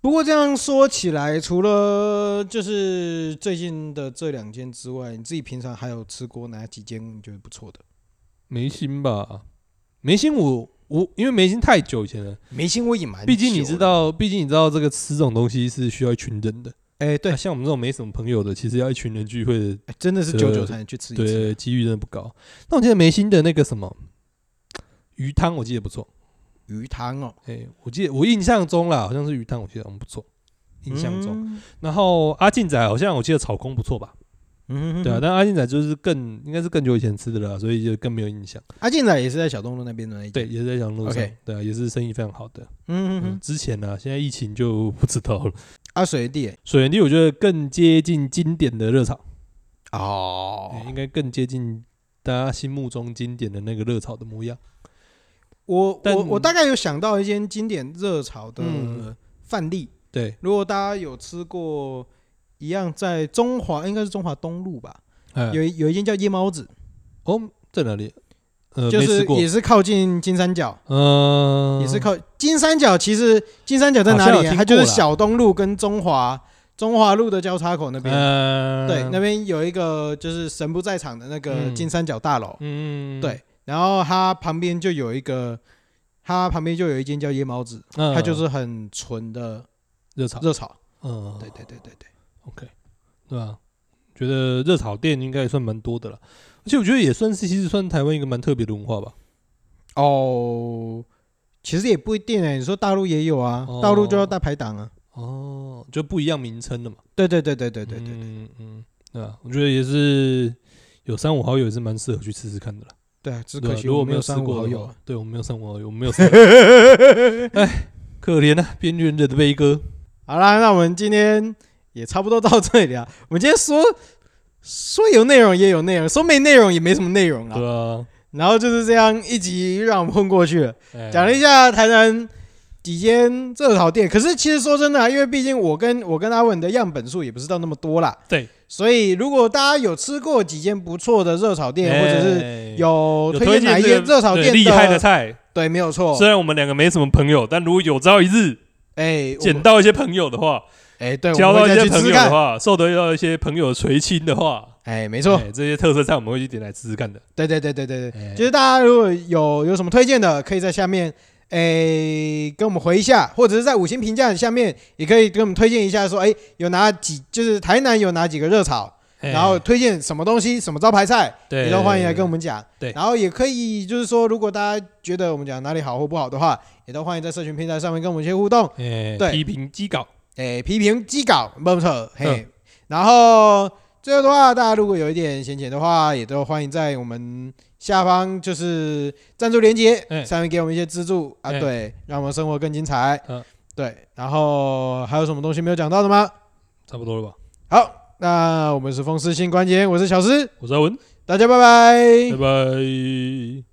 Speaker 1: 不过这样说起来，除了就是最近的这两间之外，你自己平常还有吃过哪几间你觉得不错的？
Speaker 2: 眉心吧，眉心我我因为眉心太久以前了，
Speaker 1: 眉心我隐瞒，
Speaker 2: 毕竟你知，道，毕竟你知道这个吃这种东西是需要一群人的。
Speaker 1: 哎，对
Speaker 2: 那，像我们这种没什么朋友的，其实要一群人聚会的，
Speaker 1: 哎真的是久久才能去吃一啊次。
Speaker 2: 对，几率真的不高。那我记得眉心的那个什么鱼汤，我记得不错。
Speaker 1: 鱼汤哦，
Speaker 2: 哎、我记得我印象中啦，好像是鱼汤，我记得好像不错，印象中。
Speaker 1: 嗯，
Speaker 2: 然后阿进仔好像我记得炒空不错吧？
Speaker 1: 嗯哼，
Speaker 2: 对啊，但阿进仔就是更应该是更久以前吃的了啦，所以就更没有印象。
Speaker 1: 阿健啊仔也是在小东路那边的那一间，
Speaker 2: 对，也是在阳路上
Speaker 1: OK
Speaker 2: 对啊，也是生意非常好的。
Speaker 1: 嗯哼
Speaker 2: 嗯，
Speaker 1: 哼，
Speaker 2: 之前呢、现在疫情就不知道了。
Speaker 1: 阿水弟
Speaker 2: 水源地我觉得更接近经典的热炒，
Speaker 1: 哦哎
Speaker 2: 对，应该更接近大家心目中经典的那个热炒的模样。
Speaker 1: 我
Speaker 2: 但
Speaker 1: 我我大概有想到一间经典热潮的
Speaker 2: 嗯
Speaker 1: 范例，
Speaker 2: 对，
Speaker 1: 如果大家有吃过，一样在中华应该是中华东路吧，
Speaker 2: 哎，
Speaker 1: 有一有一间叫夜猫子。
Speaker 2: 哦，在哪里？呃，
Speaker 1: 就
Speaker 2: 没吃
Speaker 1: 是
Speaker 2: 过
Speaker 1: 也。是靠近金三角，
Speaker 2: 嗯，
Speaker 1: 也是靠金三角。其实金三角在哪
Speaker 2: 好像有
Speaker 1: 里、
Speaker 2: 听
Speaker 1: 啊？
Speaker 2: 过
Speaker 1: 它就是小东路跟中华中华路的交叉口那边。
Speaker 2: 呃，
Speaker 1: 对，那边有一个就是神不在场的那个
Speaker 2: 嗯
Speaker 1: 金三角大楼。
Speaker 2: 嗯，
Speaker 1: 对，然后它旁边就有一个，它旁边就有一间叫夜猫子，
Speaker 2: 嗯，
Speaker 1: 它就是很纯的
Speaker 2: 热炒，
Speaker 1: 热炒。
Speaker 2: 嗯，
Speaker 1: 对对对对对，
Speaker 2: ，OK，对吧？觉得热炒店应该也算蛮多的了，而且我觉得也算是其实算台湾一个蛮特别的文化吧。
Speaker 1: 哦。其实也不一定哎、你说大陆也有啊，
Speaker 2: 哦
Speaker 1: 大陆就要大排档啊。
Speaker 2: 哦，就不一样名称的嘛。
Speaker 1: 对对对对对对对、
Speaker 2: 嗯嗯，对啊，我觉得也是有三五好友也是蛮适合去试试看的啦。
Speaker 1: 对啊，只
Speaker 2: 对啊
Speaker 1: 可惜
Speaker 2: 如
Speaker 1: 我
Speaker 2: 果
Speaker 1: 没
Speaker 2: 没有
Speaker 1: 三
Speaker 2: 试
Speaker 1: 五
Speaker 2: 过
Speaker 1: 好
Speaker 2: 的
Speaker 1: 友
Speaker 2: 话
Speaker 1: 啊。
Speaker 2: 对我们没有三五好友，我们没有三五好友，哎，可怜啊，边缘人的悲歌。
Speaker 1: <laughs> 好啦，那我们今天也差不多到这里了。啊 <laughs> 我们今天说说有内容也有内容，说没内容也没什么内容了。
Speaker 2: 对啊，
Speaker 1: 然后就是这样一集让我们混过去了，
Speaker 2: 哎
Speaker 1: 讲了一下台南几间热炒店。可是其实说真的、啊，因为毕竟我跟我跟阿文的样本数也不是到那么多啦。
Speaker 2: 对，
Speaker 1: 所以如果大家有吃过几间不错的热炒店，或者是
Speaker 2: 哎
Speaker 1: 有
Speaker 2: 有
Speaker 1: 推荐哪一间
Speaker 2: 这个
Speaker 1: 热炒
Speaker 2: 对
Speaker 1: 店哦
Speaker 2: 厉害的菜。
Speaker 1: 对，没有错。
Speaker 2: 虽然我们两个没什么朋友，但如果有朝一日
Speaker 1: 哎，我
Speaker 2: 捡到一些朋友的话，
Speaker 1: 哎，对，
Speaker 2: 交
Speaker 1: 我
Speaker 2: 到
Speaker 1: 们
Speaker 2: 一
Speaker 1: 再
Speaker 2: 些
Speaker 1: 去
Speaker 2: 朋
Speaker 1: 吃
Speaker 2: 友
Speaker 1: 吃
Speaker 2: 的
Speaker 1: 看。
Speaker 2: 话，受得到一些朋友的垂青的话，
Speaker 1: 哎，没错，
Speaker 2: 哎这些特色菜我们会去点来试试看的。
Speaker 1: 对对对对对对。
Speaker 2: 哎
Speaker 1: 就是大家如果有有什么推荐的，可以在下面诶、跟我们回一下，或者是在五星评价下面也可以给我们推荐一下说、诶有哪几就是台南有哪几个热炒，
Speaker 2: 哎
Speaker 1: 然后推荐什么东西什么招牌菜，
Speaker 2: 对，
Speaker 1: 也都欢迎来跟我们讲。
Speaker 2: 对
Speaker 1: 然后也可以就是说，如果大家觉得我们讲哪里好或不好的话，也都欢迎在社群平台上面跟我们一些互动，
Speaker 2: 哎
Speaker 1: 对
Speaker 2: 批评机稿。
Speaker 1: 诶、批评机稿没错，嘿
Speaker 2: 嗯，
Speaker 1: 然后。最后的话，大家如果有一点闲钱的话，也都欢迎在我们下方就是赞助连接
Speaker 2: 哎
Speaker 1: 上面给我们一些资助啊，
Speaker 2: 哎
Speaker 1: 对，让我们生活更精彩
Speaker 2: 嗯。
Speaker 1: 对，然后还有什么东西没有讲到的吗？
Speaker 2: 差不多了吧？
Speaker 1: 好，那我们是风湿性关节炎，我是小诗，哎
Speaker 2: 我是阿文，
Speaker 1: 大家拜拜
Speaker 2: 拜拜。